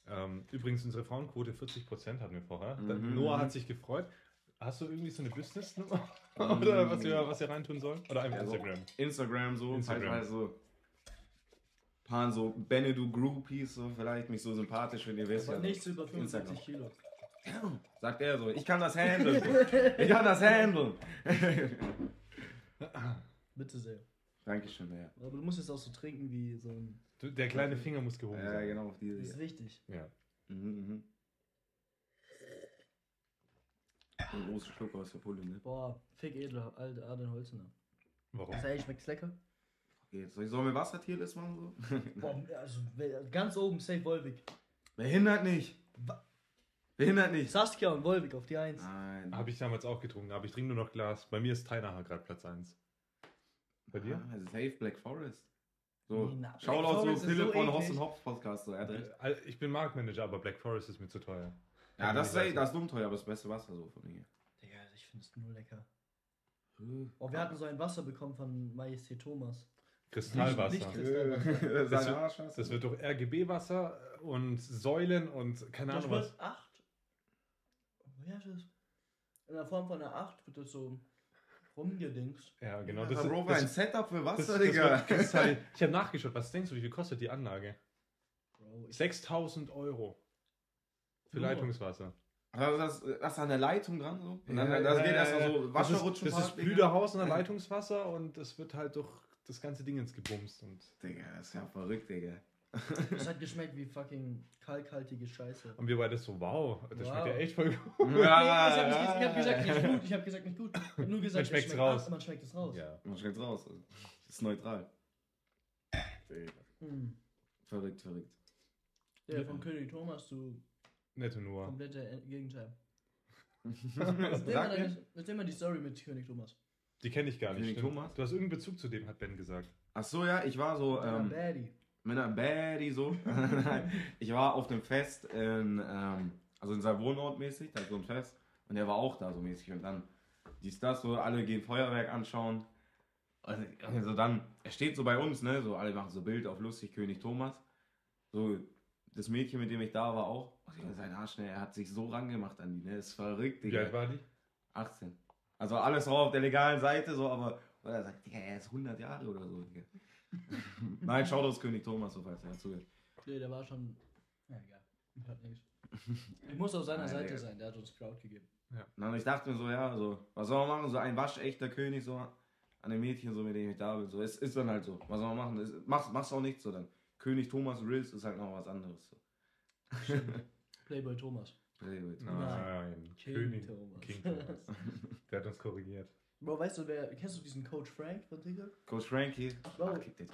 Speaker 1: Ähm, übrigens, unsere Frauenquote 40% hatten wir vorher.
Speaker 2: Mhm,
Speaker 1: Noah
Speaker 2: mhm.
Speaker 1: hat sich gefreut. Hast du irgendwie so eine Business-Nummer? Oder was wir, was wir reintun sollen? Oder einfach
Speaker 2: Mm. Ja, so.
Speaker 1: Instagram?
Speaker 2: Instagram so,
Speaker 1: Instagram.
Speaker 2: teilweise so. Pan so, Benedu Groupies, so vielleicht mich so sympathisch, wenn ihr wisst.
Speaker 3: Aber
Speaker 2: ja, so.
Speaker 3: nichts über 75
Speaker 2: Instagram.
Speaker 3: Kilo.
Speaker 2: Sagt er so, ich kann das handeln. so. ich kann das handeln.
Speaker 3: Bitte sehr.
Speaker 2: Dankeschön, ja.
Speaker 3: Aber du musst jetzt auch so trinken wie so ein.
Speaker 1: Du, der kleine Finger muss gehoben
Speaker 2: Ja,
Speaker 1: sein.
Speaker 2: genau, auf diese.
Speaker 3: Das ist wichtig.
Speaker 1: Ja.
Speaker 2: Mhm, mhm. Ein großer Schluck aus der Pulle, ne?
Speaker 3: Boah, fick edler, alter Adel Holzener.
Speaker 1: Warum?
Speaker 3: Das ehrlich schmeckt's lecker.
Speaker 2: Okay, jetzt soll ich, sollen wir Wassertierlist machen so?
Speaker 3: Boah, also wer- ganz oben, safe Wolvik.
Speaker 2: Behindert nicht!
Speaker 3: Wa-
Speaker 2: Behindert nicht!
Speaker 3: Saskia und Wolvik auf die
Speaker 1: Ah.
Speaker 3: Eins.
Speaker 2: Nein.
Speaker 1: Habe ich damals auch getrunken, aber ich trinke nur noch Glas. Bei mir ist Teinacher gerade Platz 1. Bei dir?
Speaker 2: Ah, safe Black Forest. So,
Speaker 3: Nee, na,
Speaker 2: schau
Speaker 3: Black
Speaker 2: doch
Speaker 3: Forest
Speaker 2: so
Speaker 3: ist
Speaker 2: Philipp
Speaker 3: so
Speaker 2: von
Speaker 3: eklig.
Speaker 2: Hoss und Hopf Podcast, so, er hat recht.
Speaker 1: Äh, Ich bin Marktmanager, aber Black Forest ist mir zu teuer. Also
Speaker 2: Ja, das ist,
Speaker 1: Ja,
Speaker 2: echt- das ist dumm teuer, aber das beste Wasser so von hier.
Speaker 3: Digga, ich finde es nur lecker.
Speaker 1: Äh.
Speaker 3: Oh, wir hatten so ein Wasser bekommen von Majestät Thomas. Nicht-
Speaker 1: Kristallwasser.
Speaker 3: nicht- Kristallwasser.
Speaker 2: Sein
Speaker 1: Das wird-
Speaker 2: Arschwasser.
Speaker 1: Das wird durch RGB-Wasser und Säulen und keine
Speaker 3: Das
Speaker 1: Ahnung was.
Speaker 3: wird 8. Ja, Oh, das ist. In der Form von einer 8 wird das so rumgedingst.
Speaker 1: Ja, genau.
Speaker 2: Das
Speaker 1: Das
Speaker 2: ist Bro, ein
Speaker 1: das,
Speaker 2: Setup für
Speaker 1: das,
Speaker 2: Wasser,
Speaker 1: das halt-
Speaker 2: Digga.
Speaker 1: wird Kristall. Ich habe nachgeschaut. Was denkst du, wie viel kostet die Anlage?
Speaker 3: Bro, ich
Speaker 1: 6000 Euro. Für
Speaker 3: Nur.
Speaker 1: Leitungswasser.
Speaker 2: Also das, das ist an der Leitung dran so. Und dann,
Speaker 1: Ja,
Speaker 2: das
Speaker 1: ja,
Speaker 2: geht
Speaker 1: ja,
Speaker 2: erst
Speaker 1: ja.
Speaker 2: mal so
Speaker 1: Das ist-
Speaker 2: Wasserrutschen.
Speaker 1: Das ist Blüderhaus und dann Leitungswasser und es wird halt durch das ganze Ding ins Gebumst. Und
Speaker 2: Digga, das ist ja verrückt, Digga.
Speaker 3: es hat geschmeckt wie fucking kalkhaltige Scheiße.
Speaker 1: haben wir beide so, wow, das
Speaker 3: Wow.
Speaker 1: schmeckt ja echt voll gut.
Speaker 3: Nee, ich, hab nicht, ich
Speaker 2: Ah.
Speaker 3: hab gesagt, nicht gut. Ich hab gesagt, nicht gut. Ich hab nur gesagt, es
Speaker 1: schmeckt's
Speaker 3: schmeckt
Speaker 1: raus.
Speaker 3: ab, Man schmeckt es raus.
Speaker 1: Ja.
Speaker 2: Man schmeckt raus. Also. Das ist neutral. Digga.
Speaker 3: Hm.
Speaker 2: Verrückt, verrückt.
Speaker 3: Ja, von König Thomas zu
Speaker 1: Netto nur.
Speaker 3: komplette Ä- Gegenteil. Erzähl mal,
Speaker 2: Sag mir.
Speaker 3: deine- erzähl mal die Story mit König Thomas.
Speaker 1: Die kenne ich gar nicht.
Speaker 2: König
Speaker 1: stimmt.
Speaker 2: Thomas?
Speaker 1: Du hast irgendeinen Bezug zu dem, hat Ben gesagt.
Speaker 2: Ach so, ja, ich war so
Speaker 3: Ähm,
Speaker 2: ähm,
Speaker 3: Baddie.
Speaker 2: mit einer Baddie so. ich war auf einem Fest in, ähm, also in seinem Wohnort mäßig, da ist so ein Fest. Und er war auch da so mäßig. Und dann dies, das, so, alle gehen Feuerwerk anschauen. Also, also dann, er steht so bei uns, ne, so alle machen so Bild auf lustig, König Thomas. So, das Mädchen, mit dem ich da war, auch. Oh, Digga, sein Arsch, ne, er hat sich so rangemacht an die, ne, ist verrückt,
Speaker 1: Wie
Speaker 2: Digga.
Speaker 1: alt war die?
Speaker 2: 18. Also alles drauf auf der legalen Seite, so, aber weil er sagt, Digga, er ist 100 Jahre oder so. Digga. Nein, Shoutouts König Thomas, so falls er zuhört.
Speaker 3: Nee, der war schon. Ja, egal. Ich hab nichts. Ich muss auf seiner
Speaker 2: Nein,
Speaker 3: Seite
Speaker 2: Digga.
Speaker 3: sein, der hat uns Crowd gegeben.
Speaker 2: Und dann ich dachte mir so, ja, so, was soll man machen? So ein waschechter König, so an dem Mädchen, so mit dem ich da bin. So, es ist dann halt so. Was soll man machen? Es, machst, machst auch nichts so dann. König Thomas Rills ist halt noch was anderes. So.
Speaker 3: Playboy Thomas.
Speaker 2: Playboy.
Speaker 1: Nein.
Speaker 3: King
Speaker 1: König.
Speaker 3: Thomas.
Speaker 1: King Thomas. Der hat uns korrigiert.
Speaker 3: Bro, weißt du, wer. Kennst du diesen Coach Frank von TikTok?
Speaker 2: Coach Frankie.
Speaker 3: Bro.
Speaker 2: Ach, kick den.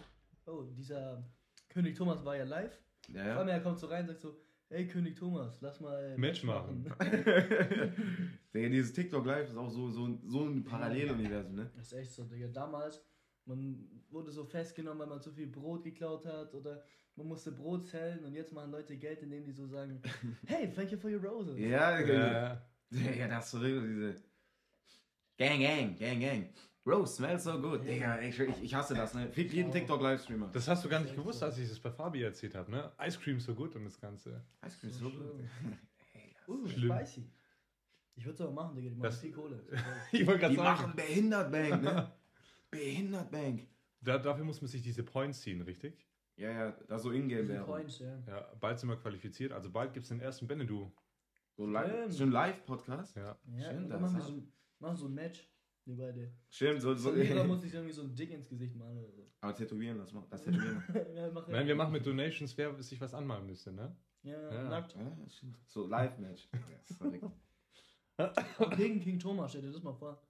Speaker 3: Oh, dieser König Thomas war ja live.
Speaker 2: Ja,
Speaker 3: Vor allem,
Speaker 2: ja.
Speaker 3: er kommt so rein und sagt so: Ey, König Thomas, lass mal. äh,
Speaker 1: Match machen.
Speaker 2: Digga, dieses TikTok Live ist auch so, so, so ein Paralleluniversum, ne?
Speaker 3: Das ist echt so, Digga. Damals Man wurde so festgenommen, weil man zu viel Brot geklaut hat oder man musste Brot zählen und jetzt machen Leute Geld, indem die so sagen, hey, thank you for your roses.
Speaker 2: Ja, genau. ja.
Speaker 1: Äh,
Speaker 2: Digga, das ist so richtig diese. Gang, gang, gang, gang. Rose smells so good. Digga, ich, ich, ich hasse das, ne? Fick jeden
Speaker 3: Oh.
Speaker 2: TikTok-Livestreamer.
Speaker 1: das hast du gar nicht gewusst, als ich das bei Fabi erzählt habe, ne? Ice Cream so gut und das Ganze.
Speaker 2: Ice cream is
Speaker 3: So
Speaker 2: so good.
Speaker 3: Uh,
Speaker 1: Schlimm.
Speaker 3: spicy. Ich würde es aber machen, Digga, die machen
Speaker 1: Das-
Speaker 3: viel Kohle.
Speaker 1: Ich wollte gerade
Speaker 2: Die
Speaker 1: sagen,
Speaker 2: machen Behindertbank, ne? Behindertbank.
Speaker 1: da, dafür muss man sich diese Points ziehen, richtig?
Speaker 2: Ja, ja, das ist so
Speaker 3: Die
Speaker 2: Ingame-Werbung.
Speaker 3: Coins, ja.
Speaker 1: Ja, bald sind wir qualifiziert. Also bald gibt es den ersten Benedu.
Speaker 2: So live,
Speaker 3: Stimmt.
Speaker 2: so ein Live-Podcast.
Speaker 1: Ja.
Speaker 3: ja
Speaker 2: Schön, das
Speaker 3: und dann machen wir
Speaker 2: hat-
Speaker 3: so, ein- machen so ein Match, die beide.
Speaker 2: Stimmt, so. so
Speaker 3: Und jeder muss sich irgendwie so ein Dick ins Gesicht malen oder so.
Speaker 2: Aber tätowieren, das macht. Das tätowieren.
Speaker 3: ja, mach
Speaker 1: Nein, wir machen mit Donations, wer sich was anmalen müsste, ne?
Speaker 3: Ja,
Speaker 1: Ja.
Speaker 3: nackt.
Speaker 2: Ah, Ja, stimmt. so Live-Match. Ja, sorry.
Speaker 3: Und gegen King Thomas, stell dir das mal vor.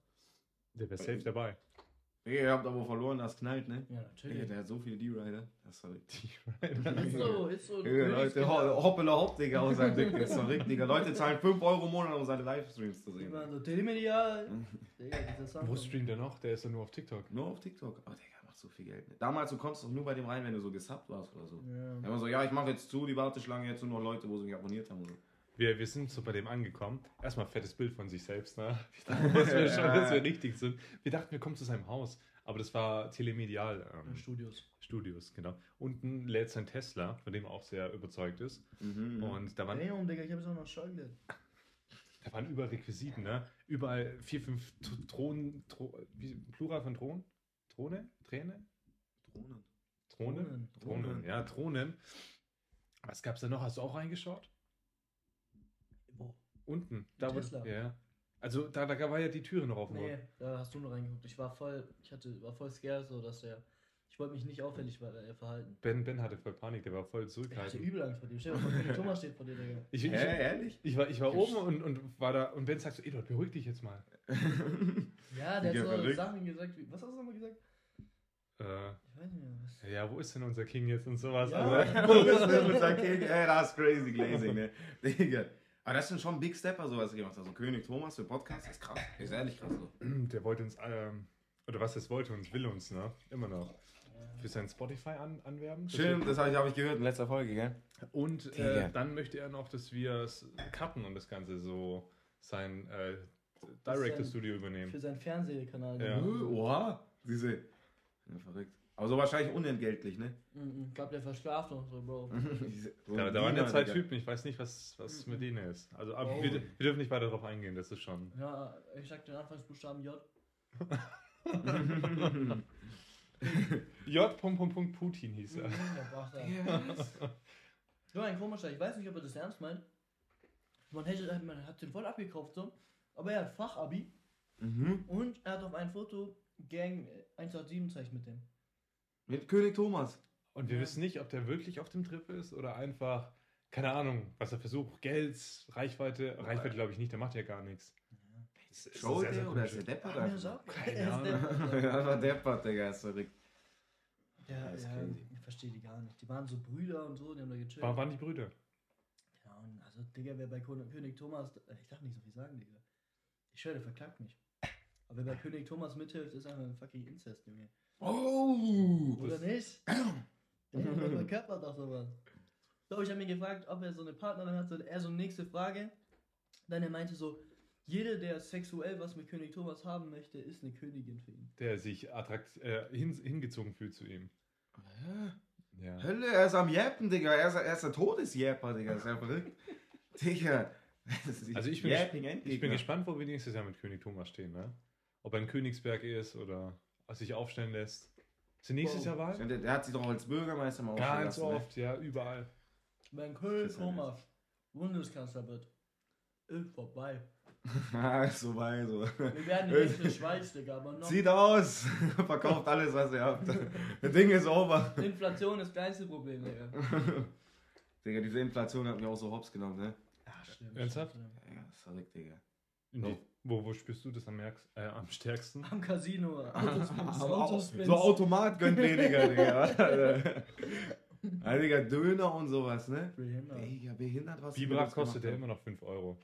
Speaker 1: Der wäre safe dabei.
Speaker 2: Digga, ihr habt aber verloren, das knallt, ne? Digga,
Speaker 3: Ja, natürlich.
Speaker 2: der hat so viele D-Rider. Das ist verrückt.
Speaker 3: Ist so, ist so.
Speaker 2: Digga, Leute,
Speaker 3: Königskinder.
Speaker 2: ho- hoppele hopp, Digga, aus seinem Dick. Das ist verrückt, Digga. Leute zahlen 5 Euro im Monat, um seine Livestreams zu
Speaker 3: Die
Speaker 2: sehen.
Speaker 3: waren so telemedial. Digga, dieser Sound.
Speaker 1: Wo streamt er noch? Der ist ja nur auf TikTok.
Speaker 2: Nur auf TikTok. Aber Digga, macht so viel Geld. Ne? Damals, du konntest doch nur bei dem rein, wenn du so gesubbt warst oder so.
Speaker 3: Ja.
Speaker 2: Da war so, ja, ich mache jetzt zu, die Warteschlange, jetzt nur noch Leute, wo sie mich abonniert haben. Und so.
Speaker 1: Wir, wir sind so bei dem angekommen. Erstmal fettes Bild von sich selbst, ne? Ich dachte, dass wir, schon, dass wir richtig sind. Wir dachten, wir kommen zu seinem Haus. Aber das war Telemedial ähm,
Speaker 3: Studios.
Speaker 1: Studios, genau. Unten lädt sein Tesla, von dem er auch sehr überzeugt ist.
Speaker 2: Mhm.
Speaker 1: Und da waren,
Speaker 3: Damn, Digga, ich hab jetzt auch noch Schäuble.
Speaker 1: da waren überall Requisiten, ne? Überall vier, fünf T- Thronen, Thro wie, Plural von Thron? Throne? Träne?
Speaker 2: Drohnen.
Speaker 1: Throne?
Speaker 3: Thronen.
Speaker 1: Thronen, ja, Thronen. Was gab's da noch? Hast du auch reingeschaut?
Speaker 3: Wo?
Speaker 1: Unten. Da wo,
Speaker 3: Tesla.
Speaker 1: ja. Also da, da war ja die Türe noch offen.
Speaker 3: Nee, da hast du nur reingeguckt. Ich war voll, ich hatte, war voll scared, so dass der. Ich wollte mich nicht auffällig ver- äh, verhalten.
Speaker 1: Ben, ben hatte voll Panik, der war voll
Speaker 3: Ich hatte
Speaker 1: zurückhaltend.
Speaker 3: übel Angst vor dem. Stell dir mal vor, King Thomas steht vor dir, Digga.
Speaker 1: Ich,
Speaker 2: Hä,
Speaker 1: ich,
Speaker 2: ehrlich?
Speaker 1: ich war, ich war
Speaker 2: Ich-
Speaker 1: oben und, und war da und Ben sagt so, Eduard, beruhig dich jetzt mal.
Speaker 3: Ja,
Speaker 2: Digga,
Speaker 3: der hat so
Speaker 2: verrückt.
Speaker 3: Sachen gesagt. Wie, was hast du nochmal gesagt?
Speaker 1: Äh,
Speaker 3: Ich weiß nicht mehr. Was.
Speaker 1: ja, wo ist denn unser King jetzt und sowas?
Speaker 3: Ja.
Speaker 1: Also,
Speaker 2: Du bist mit unserer King, ey, das ist crazy glazing, ne? Digga. Aber das sind schon Big Stepper, so was ihr gemacht habt. Also König Thomas für Podcast, das ist krass. Ist ehrlich krass so.
Speaker 1: der wollte uns, ähm, oder was das wollte uns, will uns, ne? Immer noch. Für sein Spotify an, anwerben.
Speaker 2: Stimmt, das habe ich, hab ich gehört in letzter Folge, gell?
Speaker 1: Und
Speaker 2: Digga.
Speaker 1: äh, dann möchte er noch, dass wir es cutten und das Ganze so sein äh, Director Studio übernehmen.
Speaker 3: Für seinen Fernsehkanal. Mhm,
Speaker 1: Ja.
Speaker 3: Digga.
Speaker 2: Äh, Oha, diese. Ja, verrückt. Aber so wahrscheinlich unentgeltlich, ne?
Speaker 3: Mhm, Ich glaub, der verschlaft noch so, Bro.
Speaker 2: Diese- so
Speaker 1: Da,
Speaker 2: ein
Speaker 1: da waren ja
Speaker 2: Diener,
Speaker 1: zwei
Speaker 2: Digga.
Speaker 1: Typen, ich weiß nicht, was, was mit denen ist. Also aber
Speaker 3: Mhm. Oh.
Speaker 1: wir, wir dürfen nicht weiter darauf eingehen, das ist schon.
Speaker 3: Ja, ich sag den Anfangsbuchstaben J.
Speaker 1: J. Punkt, Punkt, Punkt, Putin hieß
Speaker 3: Ja.
Speaker 1: er.
Speaker 2: Yes.
Speaker 3: So ein komischer, ich weiß nicht, ob er das ernst meint. Man, hätte, man hat den voll abgekauft, so. Aber er hat Fachabi
Speaker 2: mhm.
Speaker 3: und er hat auf ein Foto Gang 187 Zeichen mit dem.
Speaker 2: Mit König Thomas.
Speaker 1: Und wir
Speaker 3: Ja.
Speaker 1: wissen nicht, ob der wirklich auf dem Trip ist oder einfach, keine Ahnung, was er versucht. Geld, Reichweite. Reichweite glaube ich nicht, der macht ja gar nichts. Das ist
Speaker 2: Troll
Speaker 1: sehr, sehr
Speaker 2: der oder ist der
Speaker 1: komisch.
Speaker 2: Deppert?
Speaker 3: Ah, mir
Speaker 2: einfach?
Speaker 3: ist auch-
Speaker 1: Keine
Speaker 3: Er ist der-
Speaker 2: Ja, war Deppert, Digga, ist verrückt.
Speaker 3: Ja,
Speaker 2: Das ist
Speaker 3: ja,
Speaker 2: crazy.
Speaker 3: ich verstehe die gar nicht. Die waren so Brüder und so, die haben da gechillt.
Speaker 1: War, waren die Brüder?
Speaker 3: Ja, und also, Digga, wer bei Kon- König Thomas. äh, Ich darf nicht so viel sagen, Digga. Ich schwöre, der verklagt mich. Aber wer bei König Thomas mithilft, ist einfach ein fucking Inzest, Junge.
Speaker 2: Oh!
Speaker 3: Oder nicht? Ey, Man körpert doch sowas. So, ich habe mir gefragt, ob er so eine Partnerin hat. Und er so, nächste Frage. Dann er meinte so, jeder, der sexuell was mit König Thomas haben möchte, ist eine Königin für ihn.
Speaker 1: Der sich attrakt, äh, hin, hingezogen fühlt zu ihm.
Speaker 2: Hä?
Speaker 1: Ja.
Speaker 2: Hölle, er ist am Jappen, Digga. Er ist, er ist der Todesjapper, Digga. Das ist ja verrückt. Digga. Das ist ne?
Speaker 1: Also ich bin
Speaker 2: Yapping
Speaker 1: Ich bin
Speaker 2: Endgegner.
Speaker 1: gespannt, wo wir nächstes Jahr mit König Thomas stehen, ne? Ob er in Königsberg ist oder sich aufstellen lässt. Ist nächstes
Speaker 3: Wow.
Speaker 1: Jahr Wahl?
Speaker 2: Der, der hat sich doch als Bürgermeister mal
Speaker 1: Ganz
Speaker 2: aufgelassen, ne?
Speaker 1: oft, ja, überall.
Speaker 3: Wenn König
Speaker 2: Das ist ja
Speaker 3: Thomas Bundeskanzler wird, ist vorbei.
Speaker 2: Ah, ist so bei so.
Speaker 3: Wir werden die nächste Schweiz, Digga, aber noch.
Speaker 2: Zieht aus! Verkauft alles, was ihr habt. Das Ding ist over.
Speaker 3: Inflation ist das kleinste Problem, Digga.
Speaker 2: Digga, diese Inflation hat mich auch so hops genommen, ne?
Speaker 3: Ja, schlimm.
Speaker 1: Ernsthaft?
Speaker 3: schlimm, schlimm.
Speaker 2: Ja, ist verrückt, Digga.
Speaker 1: In die,
Speaker 2: So.
Speaker 1: wo, wo spürst du das am, merkst, äh, am stärksten?
Speaker 3: Am Casino, Autospins, Autospins.
Speaker 2: So Automat gönnt weniger, Digga. Ah, Digga, Döner und sowas, ne?
Speaker 3: Behindert.
Speaker 2: Digga, behindert was.
Speaker 1: Biberak kostet ja immer noch 5 Euro.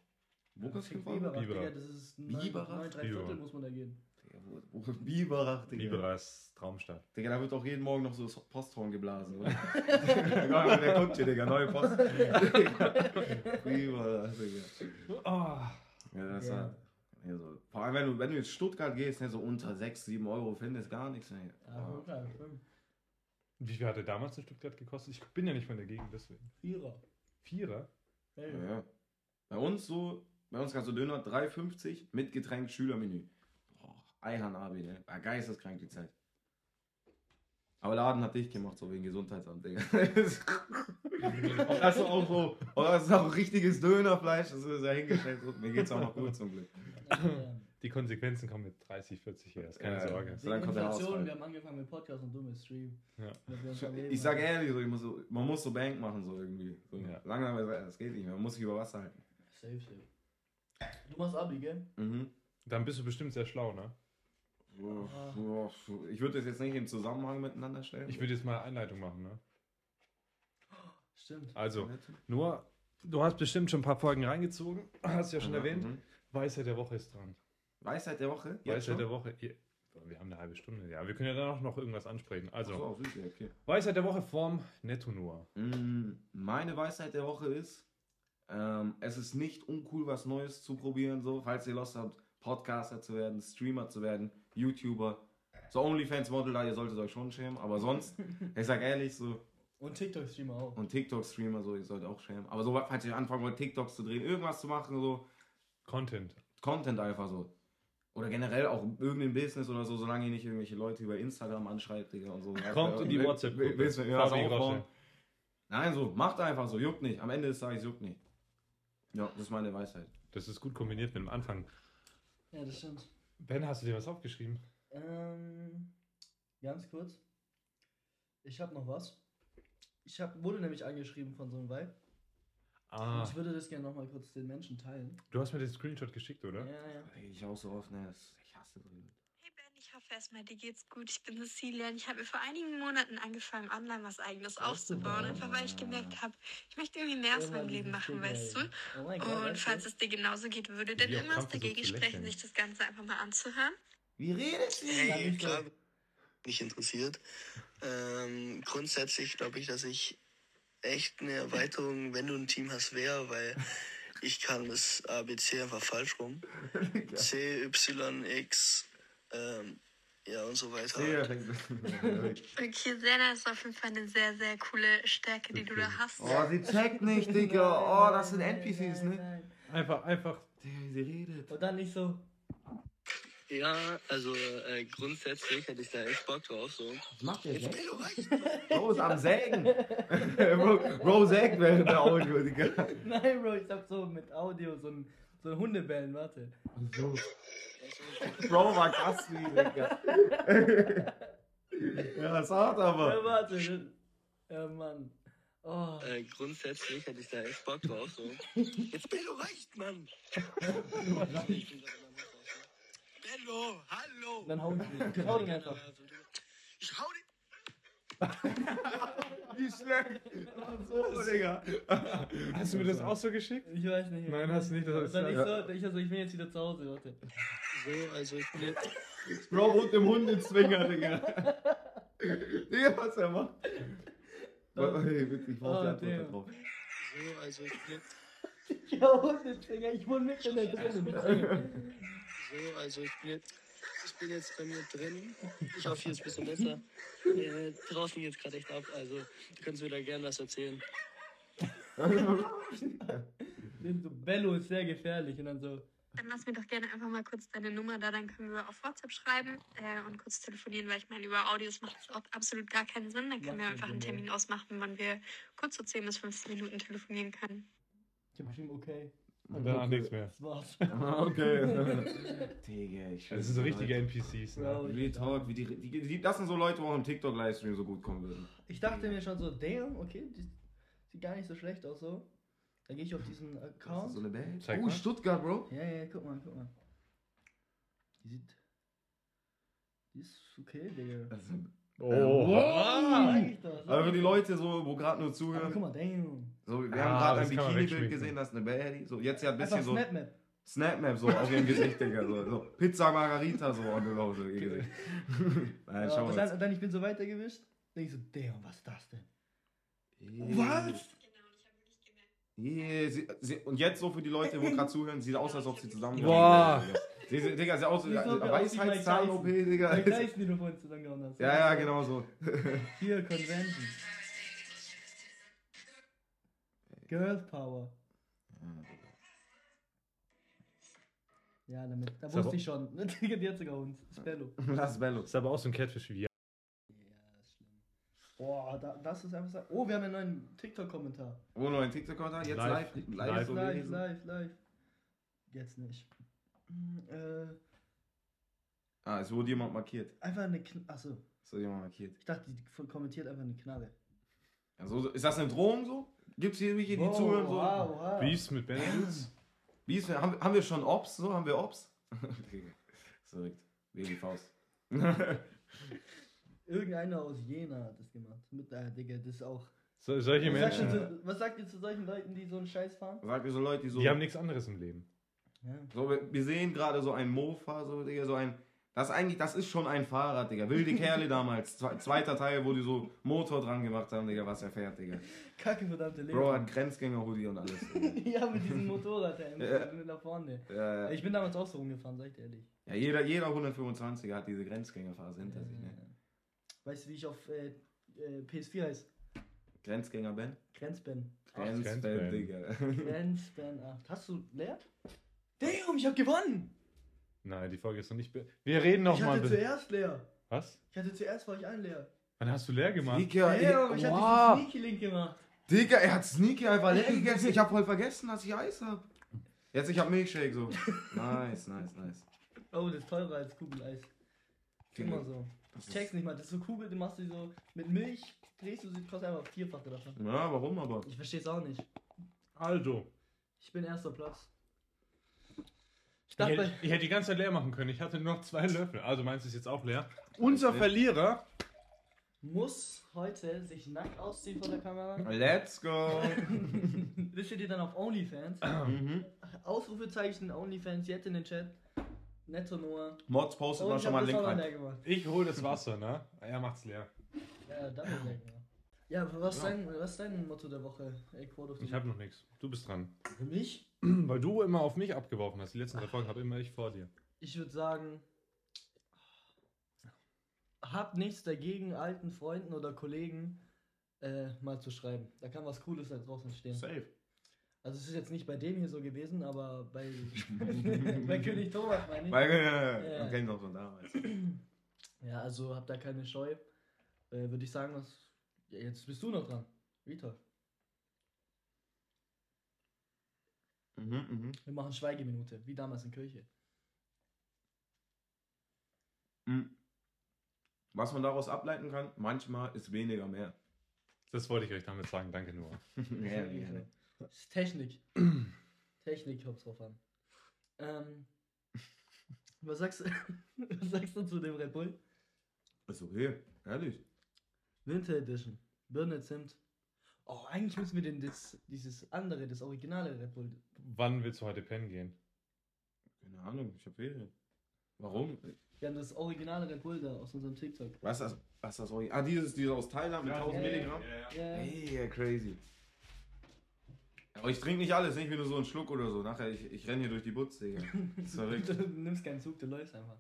Speaker 2: Wo kostet
Speaker 3: Biber,
Speaker 1: Biber.
Speaker 3: Digga, das ist neun-
Speaker 2: Biber.
Speaker 3: neun, drei Viertel
Speaker 1: Biber.
Speaker 3: muss man da gehen.
Speaker 2: Digga. Wo- wo- Biberach, Digga.
Speaker 1: Biberach ist Traumstadt.
Speaker 2: Digga, da wird auch jeden Morgen noch so das Posthorn geblasen, oder? Der kommt hier, Digga, neue Post. Digga. Biberach, Digga.
Speaker 1: Oh.
Speaker 2: Ja, das
Speaker 3: Ja.
Speaker 2: hat. Ja, so. Vor allem, wenn du, wenn du jetzt Stuttgart gehst, ne, so unter 6, 7 Euro findest gar nichts. Ne.
Speaker 3: Ja,
Speaker 2: Boah.
Speaker 3: gut, ja, stimmt.
Speaker 1: Wie viel hat er damals in Stuttgart gekostet? Ich bin ja nicht von der Gegend, deswegen.
Speaker 3: Vierer.
Speaker 1: Vierer?
Speaker 2: Ja, ja. Bei uns so, bei uns kannst du Döner 3,50 mit Getränk Schülermenü. Boah, Eihan Abi, ne? War geisteskrank die Zeit. Aber Laden hat dich gemacht, so wegen Gesundheitsamt, Digga. Und das ist auch so, und das ist auch richtiges Dönerfleisch, das ist ja hingestellt. So, mir geht's auch noch gut zum Glück.
Speaker 3: Ja.
Speaker 1: Die Konsequenzen kommen mit 30, 40 her, ist keine
Speaker 2: Ja.
Speaker 1: Sorge.
Speaker 2: So, dann
Speaker 3: Wegen
Speaker 2: kommt der
Speaker 3: Inflation,
Speaker 2: Haarausfall.
Speaker 3: wir haben angefangen mit Podcast und du mit Stream.
Speaker 1: Ja.
Speaker 3: Damit wir uns am Leben
Speaker 2: Ich sag
Speaker 3: halten.
Speaker 2: ehrlich, so, ich muss so, man muss so Bank machen, so irgendwie. So,
Speaker 1: Ja.
Speaker 2: Langsam, das geht nicht mehr, man muss sich über Wasser halten.
Speaker 3: Safe, safe. Du machst Abi, gell?
Speaker 2: Mhm.
Speaker 1: Dann bist du bestimmt sehr schlau, ne?
Speaker 2: Boah, Ich würde das jetzt nicht im Zusammenhang miteinander stellen.
Speaker 1: Ich würde jetzt mal Einleitung machen, ne?
Speaker 3: Stimmt.
Speaker 1: Also, Noah, du hast bestimmt schon ein paar Folgen reingezogen, hast ja schon erwähnt.
Speaker 2: Mhm.
Speaker 1: Weisheit der Woche ist dran.
Speaker 2: Weisheit der Woche?
Speaker 1: Weisheit der Woche. ihr- Wir haben eine halbe Stunde. Ja, wir können ja danach noch irgendwas ansprechen. Also,
Speaker 2: So, auf Süße, okay.
Speaker 1: Weisheit der Woche vom Netto Noah.
Speaker 2: Mm, Meine Weisheit der Woche ist, ähm, es ist nicht uncool, was Neues zu probieren, so, falls ihr Lust habt, Podcaster zu werden, Streamer zu werden, YouTuber, so OnlyFans-Model da, ihr solltet euch schon schämen, aber sonst, ich sag ehrlich, so,
Speaker 3: Und TikTok-Streamer auch.
Speaker 2: und TikTok-Streamer, so, ihr solltet auch schämen, aber so, falls ihr anfangen wollt, TikToks zu drehen, irgendwas zu machen, so,
Speaker 1: Content.
Speaker 2: Content einfach so. Oder generell auch irgendein Business oder so, solange ihr nicht irgendwelche Leute über Instagram anschreibt, Digga, und so.
Speaker 1: Kommt in die
Speaker 2: Will-
Speaker 1: WhatsApp-Gruppe.
Speaker 2: Willst du mir irgendwas
Speaker 1: Fabi Grosche.
Speaker 2: aufbauen? Nein, so, macht einfach so, juckt nicht. Am Ende des Tages juckt nicht. Ja, das ist meine Weisheit.
Speaker 1: Das ist gut kombiniert mit dem Anfang.
Speaker 3: Ja, das stimmt.
Speaker 1: Ben, hast du dir was aufgeschrieben?
Speaker 3: Ähm, ganz kurz. Ich habe noch was. Ich hab, wurde nämlich angeschrieben von so einem Vibe. Und
Speaker 1: Ah,
Speaker 3: ich würde das gerne nochmal kurz den Menschen teilen.
Speaker 1: du hast mir den Screenshot geschickt, oder?
Speaker 3: Ja, ja.
Speaker 2: Ich auch so oft, ne, das, ich hasse so.
Speaker 4: Hey Ben, ich hoffe erstmal, dir geht's gut. Ich bin Cecilia und ich habe vor einigen Monaten angefangen, online was eigenes aufzubauen. Einfach weil ich gemerkt habe, ich möchte irgendwie mehr aus meinem Leben machen, weißt du?
Speaker 3: Oh mein Gott.
Speaker 4: Und
Speaker 3: weißt
Speaker 4: falls es dir genauso geht, würde dann
Speaker 1: Wie auch
Speaker 4: irgendwas
Speaker 1: Trump versucht
Speaker 4: dagegen
Speaker 1: zu
Speaker 4: sprechen,
Speaker 1: lächeln.
Speaker 4: sich das Ganze einfach mal anzuhören.
Speaker 2: Wie redest du?
Speaker 3: Ja,
Speaker 5: Hey,
Speaker 3: nicht
Speaker 5: klar,
Speaker 3: so.
Speaker 5: mich interessiert. Ähm, grundsätzlich glaube ich, dass ich echt eine Erweiterung, wenn du ein Team hast, wäre, weil ich kann das ABC einfach falsch rum. C, Y, X, ähm, ja und so weiter.
Speaker 2: Digga, fängt-
Speaker 4: Okay, sehr nice. Auf jeden Fall eine sehr, sehr coole Stärke, die du da hast.
Speaker 2: oh, sie checkt nicht, Digga. Oh, das sind NPCs, ne?
Speaker 1: Einfach, einfach.
Speaker 2: Digga, wie sie redet.
Speaker 3: Und dann nicht so.
Speaker 5: Ja, also äh, grundsätzlich hätte ich da echt Bock drauf. So.
Speaker 2: Was macht der
Speaker 5: Jetzt
Speaker 2: Sägen?
Speaker 5: bin ich
Speaker 2: Bro ist am Sägen. Bro, Bro sägt während der Audio, Digga.
Speaker 3: Nein, Bro, ich hab so mit Audio so ein, so ein Hundebellen, warte.
Speaker 2: Bro war krass wie, Digga. ja, ist hart,
Speaker 3: Ja,
Speaker 2: aber.
Speaker 3: warte. das- Ja, Mann. Oh.
Speaker 5: Äh, grundsätzlich hätte ich da echt Bock drauf. So. Jetzt Bello reicht, Mann. Bello, hallo.
Speaker 3: Dann hau ich ihn. Ich hau den einfach.
Speaker 5: Ich hau den.
Speaker 2: Wie schlecht. So, Digga.
Speaker 1: Hast du mir das auch so geschickt?
Speaker 3: Ich weiß nicht.
Speaker 1: Nein, hast du nicht, das
Speaker 3: Das
Speaker 1: ist
Speaker 3: dann ich,
Speaker 1: klar.
Speaker 3: so, ich, also, ich bin jetzt wieder zu Hause, warte.
Speaker 5: So, also ich bin jetzt.
Speaker 2: Bro und im Hundezwinger, Digga. Digga, was er macht.
Speaker 3: Oh.
Speaker 2: Hey, wirklich, ich
Speaker 3: Oh,
Speaker 2: brauch die Antwort
Speaker 3: Digga.
Speaker 2: da drauf.
Speaker 5: So, also ich bin jetzt.
Speaker 3: Ja, Hundezwinger, ich wohne mit in der Drinne.
Speaker 5: So, also ich bin jetzt. Ich bin jetzt bei mir drin. Ich hoffe, hier ist ein bisschen besser. Äh, draußen geht's gerade echt ab. Also, du kannst mir da gerne was erzählen.
Speaker 3: Nimm so, Bello ist sehr gefährlich. Und dann so,
Speaker 4: Dann lass mir doch gerne einfach mal kurz deine Nummer da, dann können wir auf WhatsApp schreiben äh, und kurz telefonieren, weil ich meine, über Audios macht es auch absolut gar keinen Sinn. Dann können
Speaker 3: Macht
Speaker 4: wir einfach einen
Speaker 3: keinen Sinn,
Speaker 4: Termin ausmachen, wann wir kurz so 10 bis 15 Minuten telefonieren können.
Speaker 3: ich hab bestimmt okay.
Speaker 1: Und danach nichts mehr.
Speaker 3: Das war's.
Speaker 2: Ah, okay. Digga, ich
Speaker 1: Das sind so richtige NPCs, ne?
Speaker 3: Bro,
Speaker 2: Real
Speaker 3: ich,
Speaker 2: Talk, wie die, die, die, das sind so Leute, die auch im TikTok-Livestream so gut kommen würden.
Speaker 3: ich dachte mir schon so, damn, okay, die sieht gar nicht so schlecht aus so. Dann gehe ich auf diesen
Speaker 2: Das ist
Speaker 3: Account.
Speaker 2: so eine Band.
Speaker 1: Zeig
Speaker 2: oh,
Speaker 1: mal.
Speaker 2: Stuttgart, Bro.
Speaker 3: Ja, ja, guck mal, guck mal. Die sieht. Die ist okay, Digga.
Speaker 2: Also,
Speaker 1: Oh. Ah,
Speaker 3: Sag
Speaker 2: Wow.
Speaker 3: ich doch,
Speaker 2: Aber
Speaker 3: sag
Speaker 2: für
Speaker 3: ich
Speaker 2: die
Speaker 3: doch.
Speaker 2: Leute, so, wo gerade nur
Speaker 3: Aber guck
Speaker 2: zuhören,
Speaker 3: mal, damn.
Speaker 2: so, wir
Speaker 1: Ah,
Speaker 2: haben gerade
Speaker 1: das kann man
Speaker 2: ein Bikini-Bild
Speaker 1: wegschminken.
Speaker 2: gesehen, das ist eine Baddie. So, jetzt ja ein
Speaker 3: Einfach
Speaker 2: bisschen so.
Speaker 3: Snapmap.
Speaker 2: Snapmap so auf ihrem Gesicht, Digga. So, so Pizza Margarita so on the road, so ihr Gesicht. Nein,
Speaker 3: Ja,
Speaker 2: schau mal.
Speaker 3: und, dann, und dann, ich bin so weitergewischt. Denk ich so, damn, was ist das denn?
Speaker 2: Was?
Speaker 4: Genau, und ich habe wirklich gemerkt,
Speaker 2: Yeah, sie, sie, und jetzt so für die Leute, wo gerade zuhören, sieht aus, als ob sie zusammen
Speaker 1: Boah.
Speaker 2: Sie, sie, Digga, sieht aus,
Speaker 3: Sieht so aus wie
Speaker 2: Weisheitszahn-OP, Digga.
Speaker 3: Weil gleich, den du vorhin zusammengehauen hast.
Speaker 2: Ja, ja, genau so.
Speaker 3: Hier, Convention. Girl Power. Ja, damit, da
Speaker 1: Ist aber-
Speaker 3: wusste ich schon. Digga, die hat sogar uns. Spello.
Speaker 2: Lass Bello.
Speaker 1: Das ist aber auch so ein Catfish wie
Speaker 3: Boah, da, das ist einfach so. Oh, wir haben einen neuen TikTok-Kommentar.
Speaker 2: Wo noch ein TikTok-Konter? Jetzt live.
Speaker 1: Live.
Speaker 2: Live,
Speaker 1: Live.
Speaker 2: so
Speaker 3: Live,
Speaker 2: lesen.
Speaker 3: live, live. Jetzt nicht. Hm, Äh,
Speaker 2: Ah, es wurde jemand markiert.
Speaker 3: einfach eine Knarre. Achso,
Speaker 2: Es wurde jemand markiert.
Speaker 3: ich dachte, die kommentiert einfach eine Knarre.
Speaker 2: Ja, so, so- ist das eine Drohung so? Gibt's hier welche, die zuhören so?
Speaker 3: Wow, wow.
Speaker 1: Beefs mit Benedikt.
Speaker 2: Wie ist, haben, haben wir schon Ops? So, haben wir Ops? Verrückt. Wegen die Faust.
Speaker 3: Irgendeiner aus Jena hat das gemacht. Mit, äh, Digga, das ist auch.
Speaker 1: So, solche
Speaker 3: Was sagt, ihr
Speaker 1: Menschen,
Speaker 3: zu, was sagt ihr zu solchen Leuten, die so einen Scheiß fahren?
Speaker 2: Sag mir so Leute, die so.
Speaker 1: die haben nichts anderes im Leben.
Speaker 3: Ja.
Speaker 2: so wir, wir sehen gerade so ein Mofa, so, Digga, so ein. Das ist eigentlich, das ist schon ein Fahrrad, Digga. Wilde Kerle damals. Zwe- Zweiter Teil, wo die so Motor dran gemacht haben, Digga, was er fährt, Digga.
Speaker 3: Kacke, verdammte Leben.
Speaker 2: Bro hat Grenzgänger-Hoodie und alles. Digga.
Speaker 3: ja, mit diesem Motorrad, der
Speaker 2: Ja.
Speaker 3: mit nach vorne.
Speaker 2: Ja, ja.
Speaker 3: Ich bin damals auch so rumgefahren, sag ich dir ehrlich.
Speaker 2: ja, jeder, jeder 125er hat diese Grenzgängerphase hinter sich, ne?
Speaker 3: Äh, Weißt du, wie ich auf äh, äh, PS4 heißt?
Speaker 2: Grenzgänger-Ben?
Speaker 3: Grenzben.
Speaker 2: Grenzben,
Speaker 1: Grenzben.
Speaker 2: Digga.
Speaker 3: Grenzben 8. Hast du leer? Damn, ich hab gewonnen!
Speaker 1: Nein, die Folge ist noch nicht. Be wir reden noch
Speaker 3: ich
Speaker 1: mal. ein
Speaker 3: hatte
Speaker 1: bisschen-
Speaker 3: zuerst leer.
Speaker 1: Was?
Speaker 3: Ich hatte zuerst, war ich ein leer.
Speaker 1: Wann hast du leer gemacht?
Speaker 2: Digga,
Speaker 3: Damn,
Speaker 2: ich-
Speaker 3: ich
Speaker 2: wow.
Speaker 3: hatte diesen Sneaky Link gemacht.
Speaker 2: Digga, er hat Sneaky einfach leer gegessen. Ich hab voll vergessen, dass ich Eis hab. Jetzt, ich hab Milkshake so. Nice, nice, nice.
Speaker 3: Oh, das ist teurer als Kugeleis. Immer so. Ich check's nicht mal. Das ist so Kugel, die machst du so mit Milch, drehst du sie, kostet einfach vierfache davon.
Speaker 2: Ja, warum aber?
Speaker 3: Ich versteh's auch nicht.
Speaker 1: Also,
Speaker 3: Ich bin erster Platz. Ich
Speaker 1: ich
Speaker 3: dachte,
Speaker 1: hätte, ich hätte die ganze Zeit leer machen können. Ich hatte nur noch zwei Löffel. Also meins ist jetzt auch leer. Unser Verlierer.
Speaker 3: muss heute sich nackt ausziehen vor der Kamera.
Speaker 2: Let's go.
Speaker 3: Das steht ihr dann auf OnlyFans.
Speaker 2: mhm.
Speaker 3: Ausrufezeichen OnlyFans jetzt in den Chat. Netto Noah.
Speaker 2: Mods postet mal
Speaker 3: Oh, ich
Speaker 2: schon mal
Speaker 3: hab
Speaker 2: einen
Speaker 3: das
Speaker 2: Link
Speaker 3: auch noch
Speaker 2: rein.
Speaker 3: leer gemacht.
Speaker 1: Ich hole das Wasser, ne? Er macht's leer.
Speaker 3: Ja, Double leer gemacht. Ja, aber was ist dein, was ist dein Motto der Woche? Ey, Quote of the
Speaker 1: Ich habe noch nichts. Du bist dran.
Speaker 3: Woche. Für mich,
Speaker 1: Weil du immer auf mich abgeworfen hast. Die letzten drei Folgen habe immer ich vor dir.
Speaker 3: ich würde sagen, hab nichts dagegen, alten Freunden oder Kollegen äh, mal zu schreiben. Da kann was Cooles da draußen stehen.
Speaker 2: Safe.
Speaker 3: Also es ist jetzt nicht bei dem hier so gewesen, aber bei, bei König Thomas meine ich.
Speaker 2: Weil, äh,
Speaker 3: Ja.
Speaker 2: man kennt ihn auch von damals.
Speaker 3: ja, also hab da keine Scheu. Äh, Würde ich sagen, was. Ja, jetzt bist du noch dran. Rita.
Speaker 2: Mhm, mhm.
Speaker 3: Wir machen Schweigeminute, wie damals in Kirche.
Speaker 2: Mhm. Was man daraus ableiten kann, manchmal ist weniger mehr.
Speaker 1: Das wollte ich euch damit sagen. Danke, Noah.
Speaker 2: Ja, ja,
Speaker 3: Ist so.
Speaker 2: ja.
Speaker 3: ne? Ist Technik. Technik kommt's drauf an. Ähm, was, sagst, was sagst du zu dem Red Bull?
Speaker 2: Ist okay, ehrlich.
Speaker 3: Winter Edition. Birne Zimt. Oh, eigentlich müssen wir den, das, dieses andere, das originale Red Bull.
Speaker 1: Wann willst du heute pennen gehen?
Speaker 2: Keine Ahnung, ich hab Ferien. Warum?
Speaker 3: Wir haben das originale Red Bull da aus unserem TikTok.
Speaker 2: Was ist das? Was ist das? Origi- Ah, dieses, dieses aus Thailand mit 1000
Speaker 3: ja, ja.
Speaker 2: Milligramm.
Speaker 3: Ja.
Speaker 2: Ey, crazy. Aber ich trinke nicht alles, nicht wie nur so einen Schluck oder so. Nachher, ich, ich renne hier durch die Butz, Digga. Das ist
Speaker 3: Du
Speaker 2: verrückt.
Speaker 3: nimmst keinen Zug, du läufst einfach.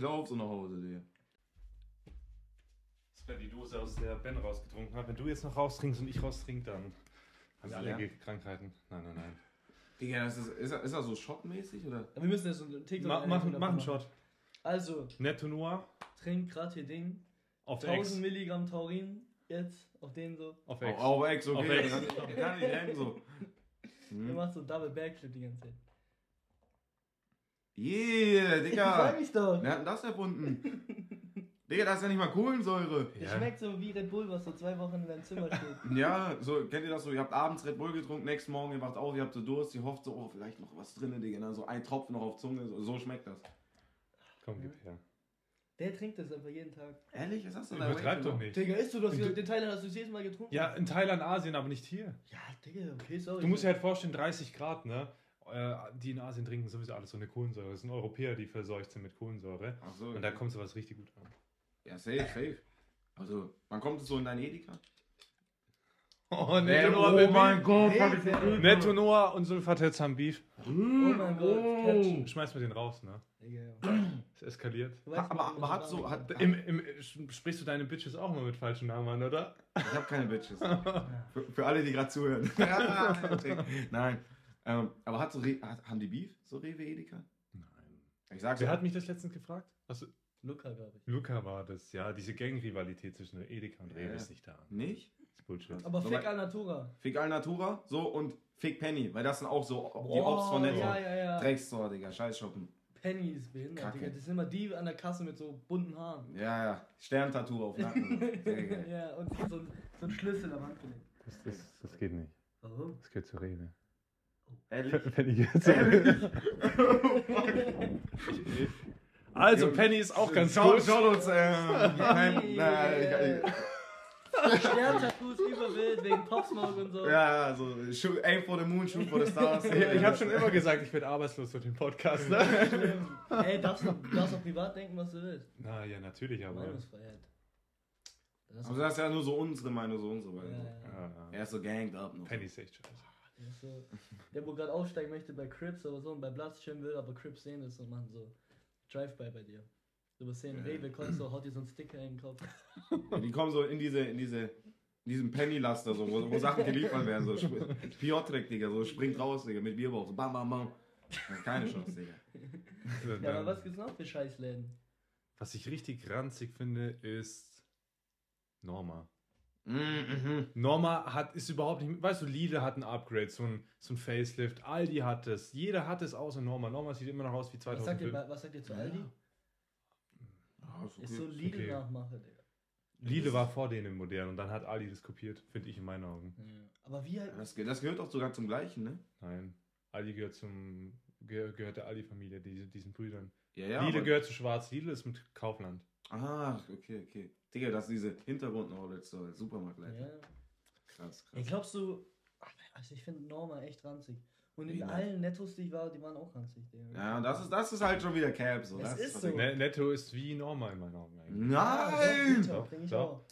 Speaker 2: Lauf so nach Hause, Digga.
Speaker 1: Das wäre die Dose, aus der Ben rausgetrunken hat. Wenn du jetzt noch raustrinkst und ich raustrink, dann haben wir
Speaker 2: wir alle
Speaker 1: alle Krankheiten. Nein, nein, nein.
Speaker 2: Digga, das ist, ist, das- ist das so schottmäßig oder?
Speaker 3: Wir müssen jetzt so einen TikTok.
Speaker 1: Ma mach,
Speaker 3: davon
Speaker 1: mach einen Shot.
Speaker 3: Also,
Speaker 1: Netto Noah
Speaker 3: trink grad hier Ding.
Speaker 1: auf
Speaker 3: 1000
Speaker 1: X.
Speaker 3: Milligramm Taurin jetzt auf den so.
Speaker 1: Auf
Speaker 2: Auf,
Speaker 1: X.
Speaker 2: auf Ex, okay.
Speaker 1: Auf Ex.
Speaker 2: Dann kann ich- Kann ich rennen so.
Speaker 3: Der
Speaker 2: Hm.
Speaker 3: macht so Double Backflip die ganze Zeit.
Speaker 2: Yeah,
Speaker 3: Ich freu
Speaker 2: Digga.
Speaker 3: mich
Speaker 1: Ne,
Speaker 3: doch.
Speaker 2: Wer hat denn das erfunden? Digga, das ist ja nicht mal Kohlensäure.
Speaker 3: Das
Speaker 1: Ja.
Speaker 3: schmeckt so wie Red Bull, was so zwei Wochen in deinem Zimmer steht.
Speaker 2: Ja, so, kennt ihr das so? Ihr habt abends Red Bull getrunken, nächsten Morgen, ihr wacht auf, ihr habt so Durst, ihr hofft so, oh, vielleicht noch was drin, Digga. Und Dann so ein Tropfen noch auf Zunge, so, so schmeckt das.
Speaker 1: Komm, gib her.
Speaker 3: Der trinkt das einfach jeden Tag.
Speaker 2: Ehrlich, ist das so ne?
Speaker 1: Übertreib doch nicht.
Speaker 3: Digga, isst du das?
Speaker 1: Und du-
Speaker 3: Den Teil hast du jedes Mal getrunken?
Speaker 1: Ja, in Thailand, Asien, aber nicht hier.
Speaker 3: Ja, Digga, okay, sorry.
Speaker 1: Du musst dir halt vorstellen, 30 Grad, ne? äh, die in Asien trinken sowieso alles so eine Kohlensäure. Das sind Europäer, die verseucht sind mit Kohlensäure.
Speaker 2: Ach so.
Speaker 1: Und da kommt sowas richtig gut an.
Speaker 2: ja, safe, safe. Also, man kommt so in dein Edeka.
Speaker 1: Oh,
Speaker 2: Ey, oh mein Gott, hab ich den
Speaker 1: Netto Noah und Sulfatel haben Beef.
Speaker 3: Oh mein Gott, Catch.
Speaker 1: Schmeiß mir den raus, ne?
Speaker 3: Digga.
Speaker 1: Es eskaliert.
Speaker 3: Du weißt,
Speaker 2: Aber,
Speaker 3: man-
Speaker 2: aber hat so. Hat,
Speaker 1: Im, im, sprichst du deine Bitches auch mal mit falschen Namen an, oder?
Speaker 2: Ich habe keine Bitches. für, für alle, die gerade zuhören. Nein. Ähm, aber hat so Re hat, haben die Beef, so Rewe Edeka?
Speaker 1: Nein.
Speaker 2: Ich sag's
Speaker 1: Wer
Speaker 2: ja.
Speaker 1: hat mich das letztens gefragt? Also,
Speaker 3: Luca, glaube ich.
Speaker 1: Luca war das, ja. Diese Gang-Rivalität zwischen Edeka und Rewe
Speaker 2: Ja.
Speaker 1: ist nicht da.
Speaker 2: Nicht?
Speaker 1: Das ist Bullshit.
Speaker 3: Aber
Speaker 2: So
Speaker 3: Fick
Speaker 2: weit-
Speaker 3: Alnatura.
Speaker 2: Fick Alnatura, so und Fick Penny, weil das sind auch so die
Speaker 3: Boah,
Speaker 2: Ops von Netto.
Speaker 3: Oh, Ja, ja, ja.
Speaker 2: Dreckstor, Digga, Scheißschuppen.
Speaker 3: Penny ist behindert,
Speaker 2: Kacke.
Speaker 3: Digga. Das sind immer die an der Kasse mit so bunten Haaren.
Speaker 2: Ja, ja. Sterntattoo auf Nacken. Sehr geil.
Speaker 3: ja, und so ein, so ein Schlüssel am Handgelenk.
Speaker 1: Das, das, das geht nicht.
Speaker 3: Warum?
Speaker 1: Das gehört zu Rewe.
Speaker 2: Ehrlich?
Speaker 1: Penny gehört zu
Speaker 2: Ehrlich?
Speaker 1: Rewe. Also, Penny ist auch ganz
Speaker 2: Schau-
Speaker 1: gut.
Speaker 2: Schau uns, ähm, nein,
Speaker 3: Nee.
Speaker 2: nein,
Speaker 3: Sterntattoos überwild wegen Popsmoke und so.
Speaker 2: ja, ja, so, shoot- aim for the moon, shoot for the stars.
Speaker 1: Ich, ich habe schon immer gesagt, ich werde arbeitslos für den Podcast. Ne?
Speaker 3: Schlimm. Ey, darfst du darfst auch privat denken, was du willst.
Speaker 1: Na ja, natürlich, aber.
Speaker 3: Meinungsfreiheit. Das
Speaker 2: Aber das ist ja nur so unsere Meinung, so unsere
Speaker 3: ja,
Speaker 2: Meinung.
Speaker 3: ja.
Speaker 1: Ja, ja.
Speaker 2: Er ist so ganged up noch.
Speaker 1: Penny ist echt scheiße.
Speaker 3: Der ist so, der, wo gerade aufsteigen möchte bei Crips oder so und bei Bloods chillen will, aber Crips sehen das und machen so Drive-By bei dir. Du wirst sehen,
Speaker 2: Ja.
Speaker 3: Rewe, kommst du, haut dir so einen Sticker in den Kopf.
Speaker 2: Ja, Die kommen so in diese, in diese, in diesen Penny-Laster, so, wo, wo Sachen geliefert werden. So. Sp- Piotrek, Digga, so springt raus, Digga, mit Bierbauch. So, bam, bam, bam. Ja, Keine Chance, Digga.
Speaker 3: Ja, aber was gibt's noch für Scheißläden?
Speaker 1: Was ich richtig ranzig finde, ist Norma.
Speaker 2: Mm, mhm.
Speaker 1: Norma hat, ist überhaupt nicht, weißt du, Lidl hat ein Upgrade, so ein, so ein Facelift, Aldi hat es, jeder hat es außer Norma. Norma sieht immer noch aus wie
Speaker 3: Was sagt, ihr,
Speaker 1: 2005.
Speaker 3: bei- was sagt ihr zu Aldi?
Speaker 2: Ah, ist
Speaker 3: Ist so
Speaker 2: okay.
Speaker 3: Lidl-Nachmache, Digga.
Speaker 1: Lidl war vor denen im Modern und dann hat Aldi das kopiert, finde ich in meinen Augen.
Speaker 3: Aber wie halt.
Speaker 2: Das, ge- das gehört auch sogar zum Gleichen, ne?
Speaker 1: Nein, Aldi gehört zum, geh- gehört der Aldi-Familie, diese, diesen Brüdern.
Speaker 2: Ja, ja.
Speaker 1: Lidl
Speaker 2: aber-
Speaker 1: gehört zu Schwarz, Lidl ist mit Kaufland.
Speaker 2: Ah, okay, okay. Digga, das ist diese Hintergrund-Knowledge, so als Supermarktleiter.
Speaker 3: Ja.
Speaker 2: Krass, krass.
Speaker 3: Ich glaubst du. Also ich finde Norma echt ranzig. Und in
Speaker 2: Ja.
Speaker 3: allen Nettos, die ich war, die waren auch ranzig, Digga.
Speaker 2: Ja, und das ist, das ist halt schon wieder Cap, so.
Speaker 3: Es
Speaker 2: Das
Speaker 3: ist so.
Speaker 1: Ne, Netto ist wie Norma in meinen Augen eigentlich.
Speaker 2: Nein!
Speaker 3: Ja, bring ich
Speaker 1: Doch,
Speaker 3: auch.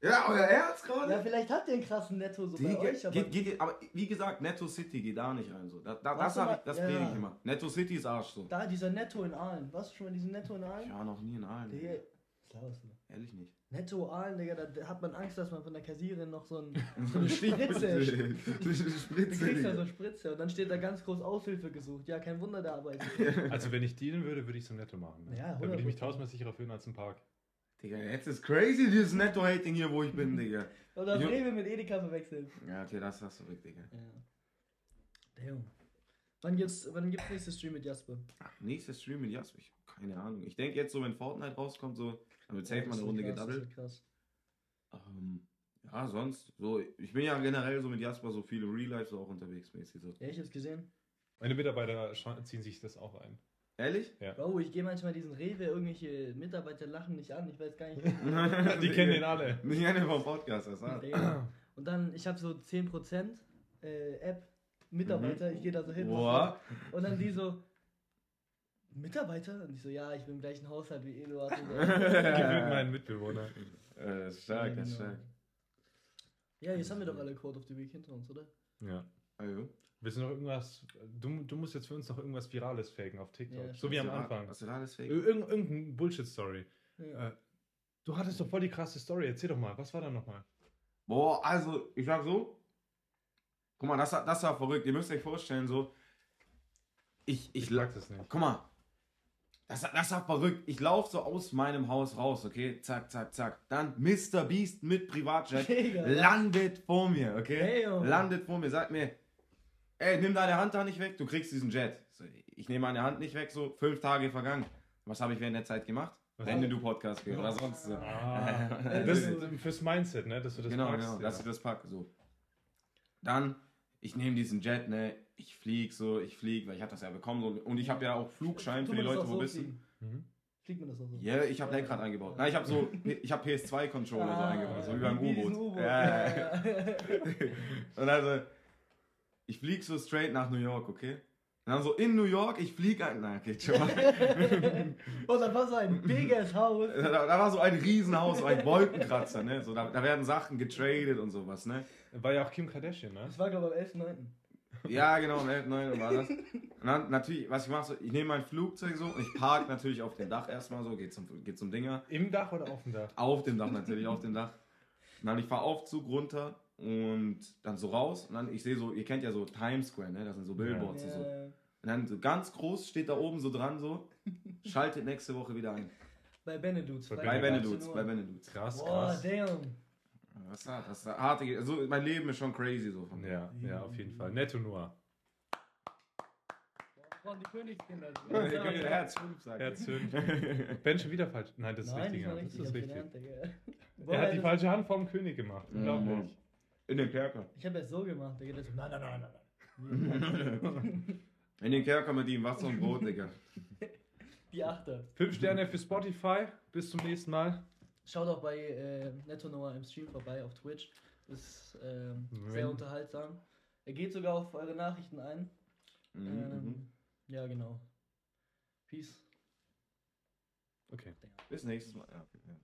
Speaker 2: Ja, euer Ernst
Speaker 3: ja,
Speaker 2: gerade?
Speaker 3: vielleicht habt ihr einen krassen Netto so bei
Speaker 2: Die
Speaker 3: euch,
Speaker 2: ge-
Speaker 3: aber.
Speaker 2: geht, geht, aber wie gesagt, Netto City geht da nicht rein. So. Da, da, das
Speaker 3: Warst du
Speaker 2: hab
Speaker 3: mal-
Speaker 2: ich, das
Speaker 3: ja.
Speaker 2: präge ich immer. Netto City ist Arsch so.
Speaker 3: Da, dieser Netto in Aalen. Warst du schon mal diesen Netto in
Speaker 2: Ich
Speaker 3: Aalen?
Speaker 2: war noch nie in Aalen.
Speaker 3: Digga, was laberst du?
Speaker 2: Ehrlich nicht.
Speaker 3: Netto Aalen, Digga, da- da hat man Angst, dass man von der Kassiererin noch so, ein, so eine Spritze. Du
Speaker 2: Spritze.
Speaker 3: kriegst da so
Speaker 2: Digga.
Speaker 3: eine Spritze und dann steht da ganz groß Aushilfe gesucht. Ja, kein Wunder, der arbeitet.
Speaker 1: Also wenn ich dealen würde, würde ich zum Netto machen. Ne?
Speaker 3: Ja,
Speaker 1: da würde ich mich
Speaker 3: 100%.
Speaker 1: tausendmal sicherer fühlen als im Park.
Speaker 2: Digga, jetzt ist crazy dieses Netto-Hating hier, wo ich
Speaker 3: Mhm.
Speaker 2: bin, Digga.
Speaker 3: Oder
Speaker 2: Jo.
Speaker 3: Rewe mit Edeka verwechselt.
Speaker 2: Ja, okay, das hast du weg, Digga.
Speaker 3: Ja. Damn. Wann gibt's, wann gibt's nächste Stream mit Jasper?
Speaker 2: Nächster Ah, Stream mit Jasper, ich hab keine Ahnung. Ich denke jetzt so, wenn Fortnite rauskommt, so, dann wird safe mal eine Runde
Speaker 3: krass, das
Speaker 2: gedaddelt.
Speaker 3: wird krass.
Speaker 2: Ähm, ja, sonst, so, ich bin ja generell so mit Jasper so viele Real Life so auch unterwegs mäßig. So.
Speaker 3: Ja, ich hab's gesehen.
Speaker 1: Meine Mitarbeiter scha- ziehen sich das auch ein.
Speaker 2: Ehrlich?
Speaker 3: Bro, ich gehe manchmal diesen Rewe, irgendwelche Mitarbeiter lachen mich an, ich weiß gar nicht. warum.
Speaker 1: Die kennen ihn alle.
Speaker 2: Nicht einer vom Podcast, das war's.
Speaker 3: Damn. Und dann, ich habe so 10% äh, App Mitarbeiter, ich gehe da so hin.
Speaker 2: Mhm. Boah.
Speaker 3: Und dann die so, Mitarbeiter? Und ich so, ja, ich bin im gleichen Haushalt wie Eduard. Und so.
Speaker 1: Ich bin mein Mitbewohner.
Speaker 2: Äh, das ist stark, das ist
Speaker 3: Genau.
Speaker 2: stark.
Speaker 3: Ja, jetzt haben wir doch alle Code of the Week hinter uns, oder?
Speaker 1: Ja.
Speaker 2: Also,
Speaker 1: Willst du noch irgendwas? Du, du musst jetzt für uns noch irgendwas Virales faken auf TikTok.
Speaker 3: Ja,
Speaker 1: so wie am
Speaker 2: was-
Speaker 1: Anfang.
Speaker 2: Was ist da alles
Speaker 1: Ir-
Speaker 2: fake?
Speaker 1: Irgend, irgendeine Bullshit-Story.
Speaker 3: Ja.
Speaker 1: Äh, Du hattest doch voll die krasse Story. Erzähl doch mal. Was war da nochmal?
Speaker 2: Boah, also, ich sag so. Guck mal, das, war- das war verrückt. Ihr müsst euch vorstellen, so. Ich, ich, la-
Speaker 1: das nicht.
Speaker 2: Guck mal. Das, das war verrückt. Ich laufe so aus meinem Haus raus, okay? Zack, zack, zack. Dann Mr. Beast mit Privatjet
Speaker 3: Digga.
Speaker 2: landet vor mir, okay?
Speaker 3: Hey, Junge.
Speaker 2: landet vor mir, sagt mir, ey, nimm deine Hand da nicht weg, du kriegst diesen Jet. So, ich nehme meine Hand nicht weg, so fünf Tage vergangen. Was habe ich während der Zeit gemacht?
Speaker 1: Was
Speaker 2: Ende du Podcast gehört oder sonst so.
Speaker 1: Ah,
Speaker 2: Äh,
Speaker 1: das
Speaker 3: also-
Speaker 1: ist fürs Mindset, ne? Dass du das
Speaker 2: genau,
Speaker 1: magst,
Speaker 2: genau,
Speaker 1: ja.
Speaker 2: dass ich das packe. So. Dann, ich nehme diesen Jet, ne? Ich flieg so, ich flieg, weil ich habe das ja bekommen. So, und ich habe ja auch Flugschein
Speaker 3: Tu
Speaker 2: für die
Speaker 3: mir das
Speaker 2: Leute,
Speaker 3: auch
Speaker 2: wo
Speaker 3: so
Speaker 2: wissen.
Speaker 3: fliegen.
Speaker 1: Mhm.
Speaker 3: Fliegt mir das auch so.
Speaker 2: Ja, ich habe Lenkrad eingebaut. Nein, ich habe so, ich habe PS2-Controller so
Speaker 3: Ah,
Speaker 2: eingebaut, so über ein
Speaker 3: wie diesen
Speaker 2: U-Boot.
Speaker 3: U-Boot.
Speaker 2: Ja, ja, ja.
Speaker 3: Ja, ja.
Speaker 2: Und also, ich flieg so straight nach New York, okay? Und dann so in New York, ich flieg ein. Nein, geht schon mal.
Speaker 3: Und dann war so ein biges Haus.
Speaker 2: da, da war so ein Riesenhaus, so ein Wolkenkratzer, ne? So, da, da werden Sachen getradet und sowas, ne?
Speaker 1: War ja auch Kim Kardashian, ne?
Speaker 3: Das war, glaube ich, am 11.9.
Speaker 2: Ja, genau, um 11, 9 Uhr war das. Und dann natürlich, was ich mache, so, ich nehme mein Flugzeug so und ich park natürlich auf dem Dach erstmal so, geht zum, geht zum Dinger.
Speaker 1: Im Dach oder auf dem Dach?
Speaker 2: Auf dem Dach natürlich, auf dem Dach. Und dann ich fahre Aufzug runter und dann so raus und dann ich sehe so, ihr kennt ja so Times Square, ne? Das sind so Billboards und so. Und
Speaker 3: Ja,
Speaker 2: dann so ganz groß steht da oben so dran so, schaltet nächste Woche wieder ein.
Speaker 3: bei Benedudes.
Speaker 1: Bei
Speaker 2: Bei
Speaker 1: Ja,
Speaker 2: Benedudes, bei Benedudes.
Speaker 1: Krass,
Speaker 3: Boah,
Speaker 1: krass.
Speaker 3: damn.
Speaker 2: Was war das? war Harte, Ge- also mein Leben ist schon crazy so. Von
Speaker 1: Ja, ja, auf jeden Fall. Netto Noir.
Speaker 3: Brauchen die Königskinder.
Speaker 2: Herz, fünf, sagt er.
Speaker 1: Herz fünf. Ben schon wieder falsch. Nein, das ist
Speaker 3: Nein,
Speaker 1: richtig.
Speaker 3: das war
Speaker 1: ja,
Speaker 3: richtig.
Speaker 1: Das ist
Speaker 3: ich
Speaker 1: richtig.
Speaker 3: hab gelernt, Digga.
Speaker 1: Er
Speaker 3: Woher
Speaker 1: hat die
Speaker 3: das-
Speaker 1: falsche Hand vom König gemacht.
Speaker 2: Mhm.
Speaker 1: Unglaublich.
Speaker 2: In den Kerker.
Speaker 3: Ich hab das so gemacht, Digga. Das so, nein, nein, nein, nein.
Speaker 2: In den Kerker mit ihm Wasser und Brot, Digga.
Speaker 3: Die Achter.
Speaker 1: Fünf Sterne für Spotify. Bis zum nächsten Mal.
Speaker 3: Schaut auch bei äh, Netto Noah im Stream vorbei auf Twitch. Ist ähm, sehr
Speaker 1: Wenn-
Speaker 3: unterhaltsam. Er geht sogar auf eure Nachrichten ein.
Speaker 2: Mhm, mhm.
Speaker 3: Ähm, ja, genau. Peace.
Speaker 1: Okay.
Speaker 2: Bis nächstes Mal. Ja, okay.